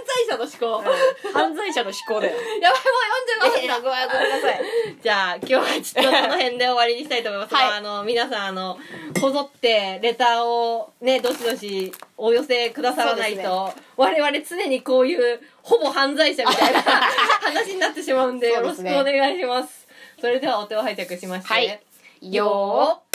Speaker 2: 罪者の思考
Speaker 1: 犯罪者の思 考だよ
Speaker 2: やばいもう45分だ
Speaker 1: ごめんごめんなさい
Speaker 2: じゃあ今日はちょっとこの辺で終わりにしたいと思います。
Speaker 1: はい
Speaker 2: まあ、あの皆さんあのこぞってレターをねどしどしお寄せくださらないと、
Speaker 1: そ
Speaker 2: 我々常にこういうほぼ犯罪者みたいな 話になってしまうんで
Speaker 1: そう
Speaker 2: よ
Speaker 1: で
Speaker 2: ろし
Speaker 1: す
Speaker 2: く
Speaker 1: ね
Speaker 2: お願いします。それではお手を拝借しまして、
Speaker 1: はい
Speaker 2: よー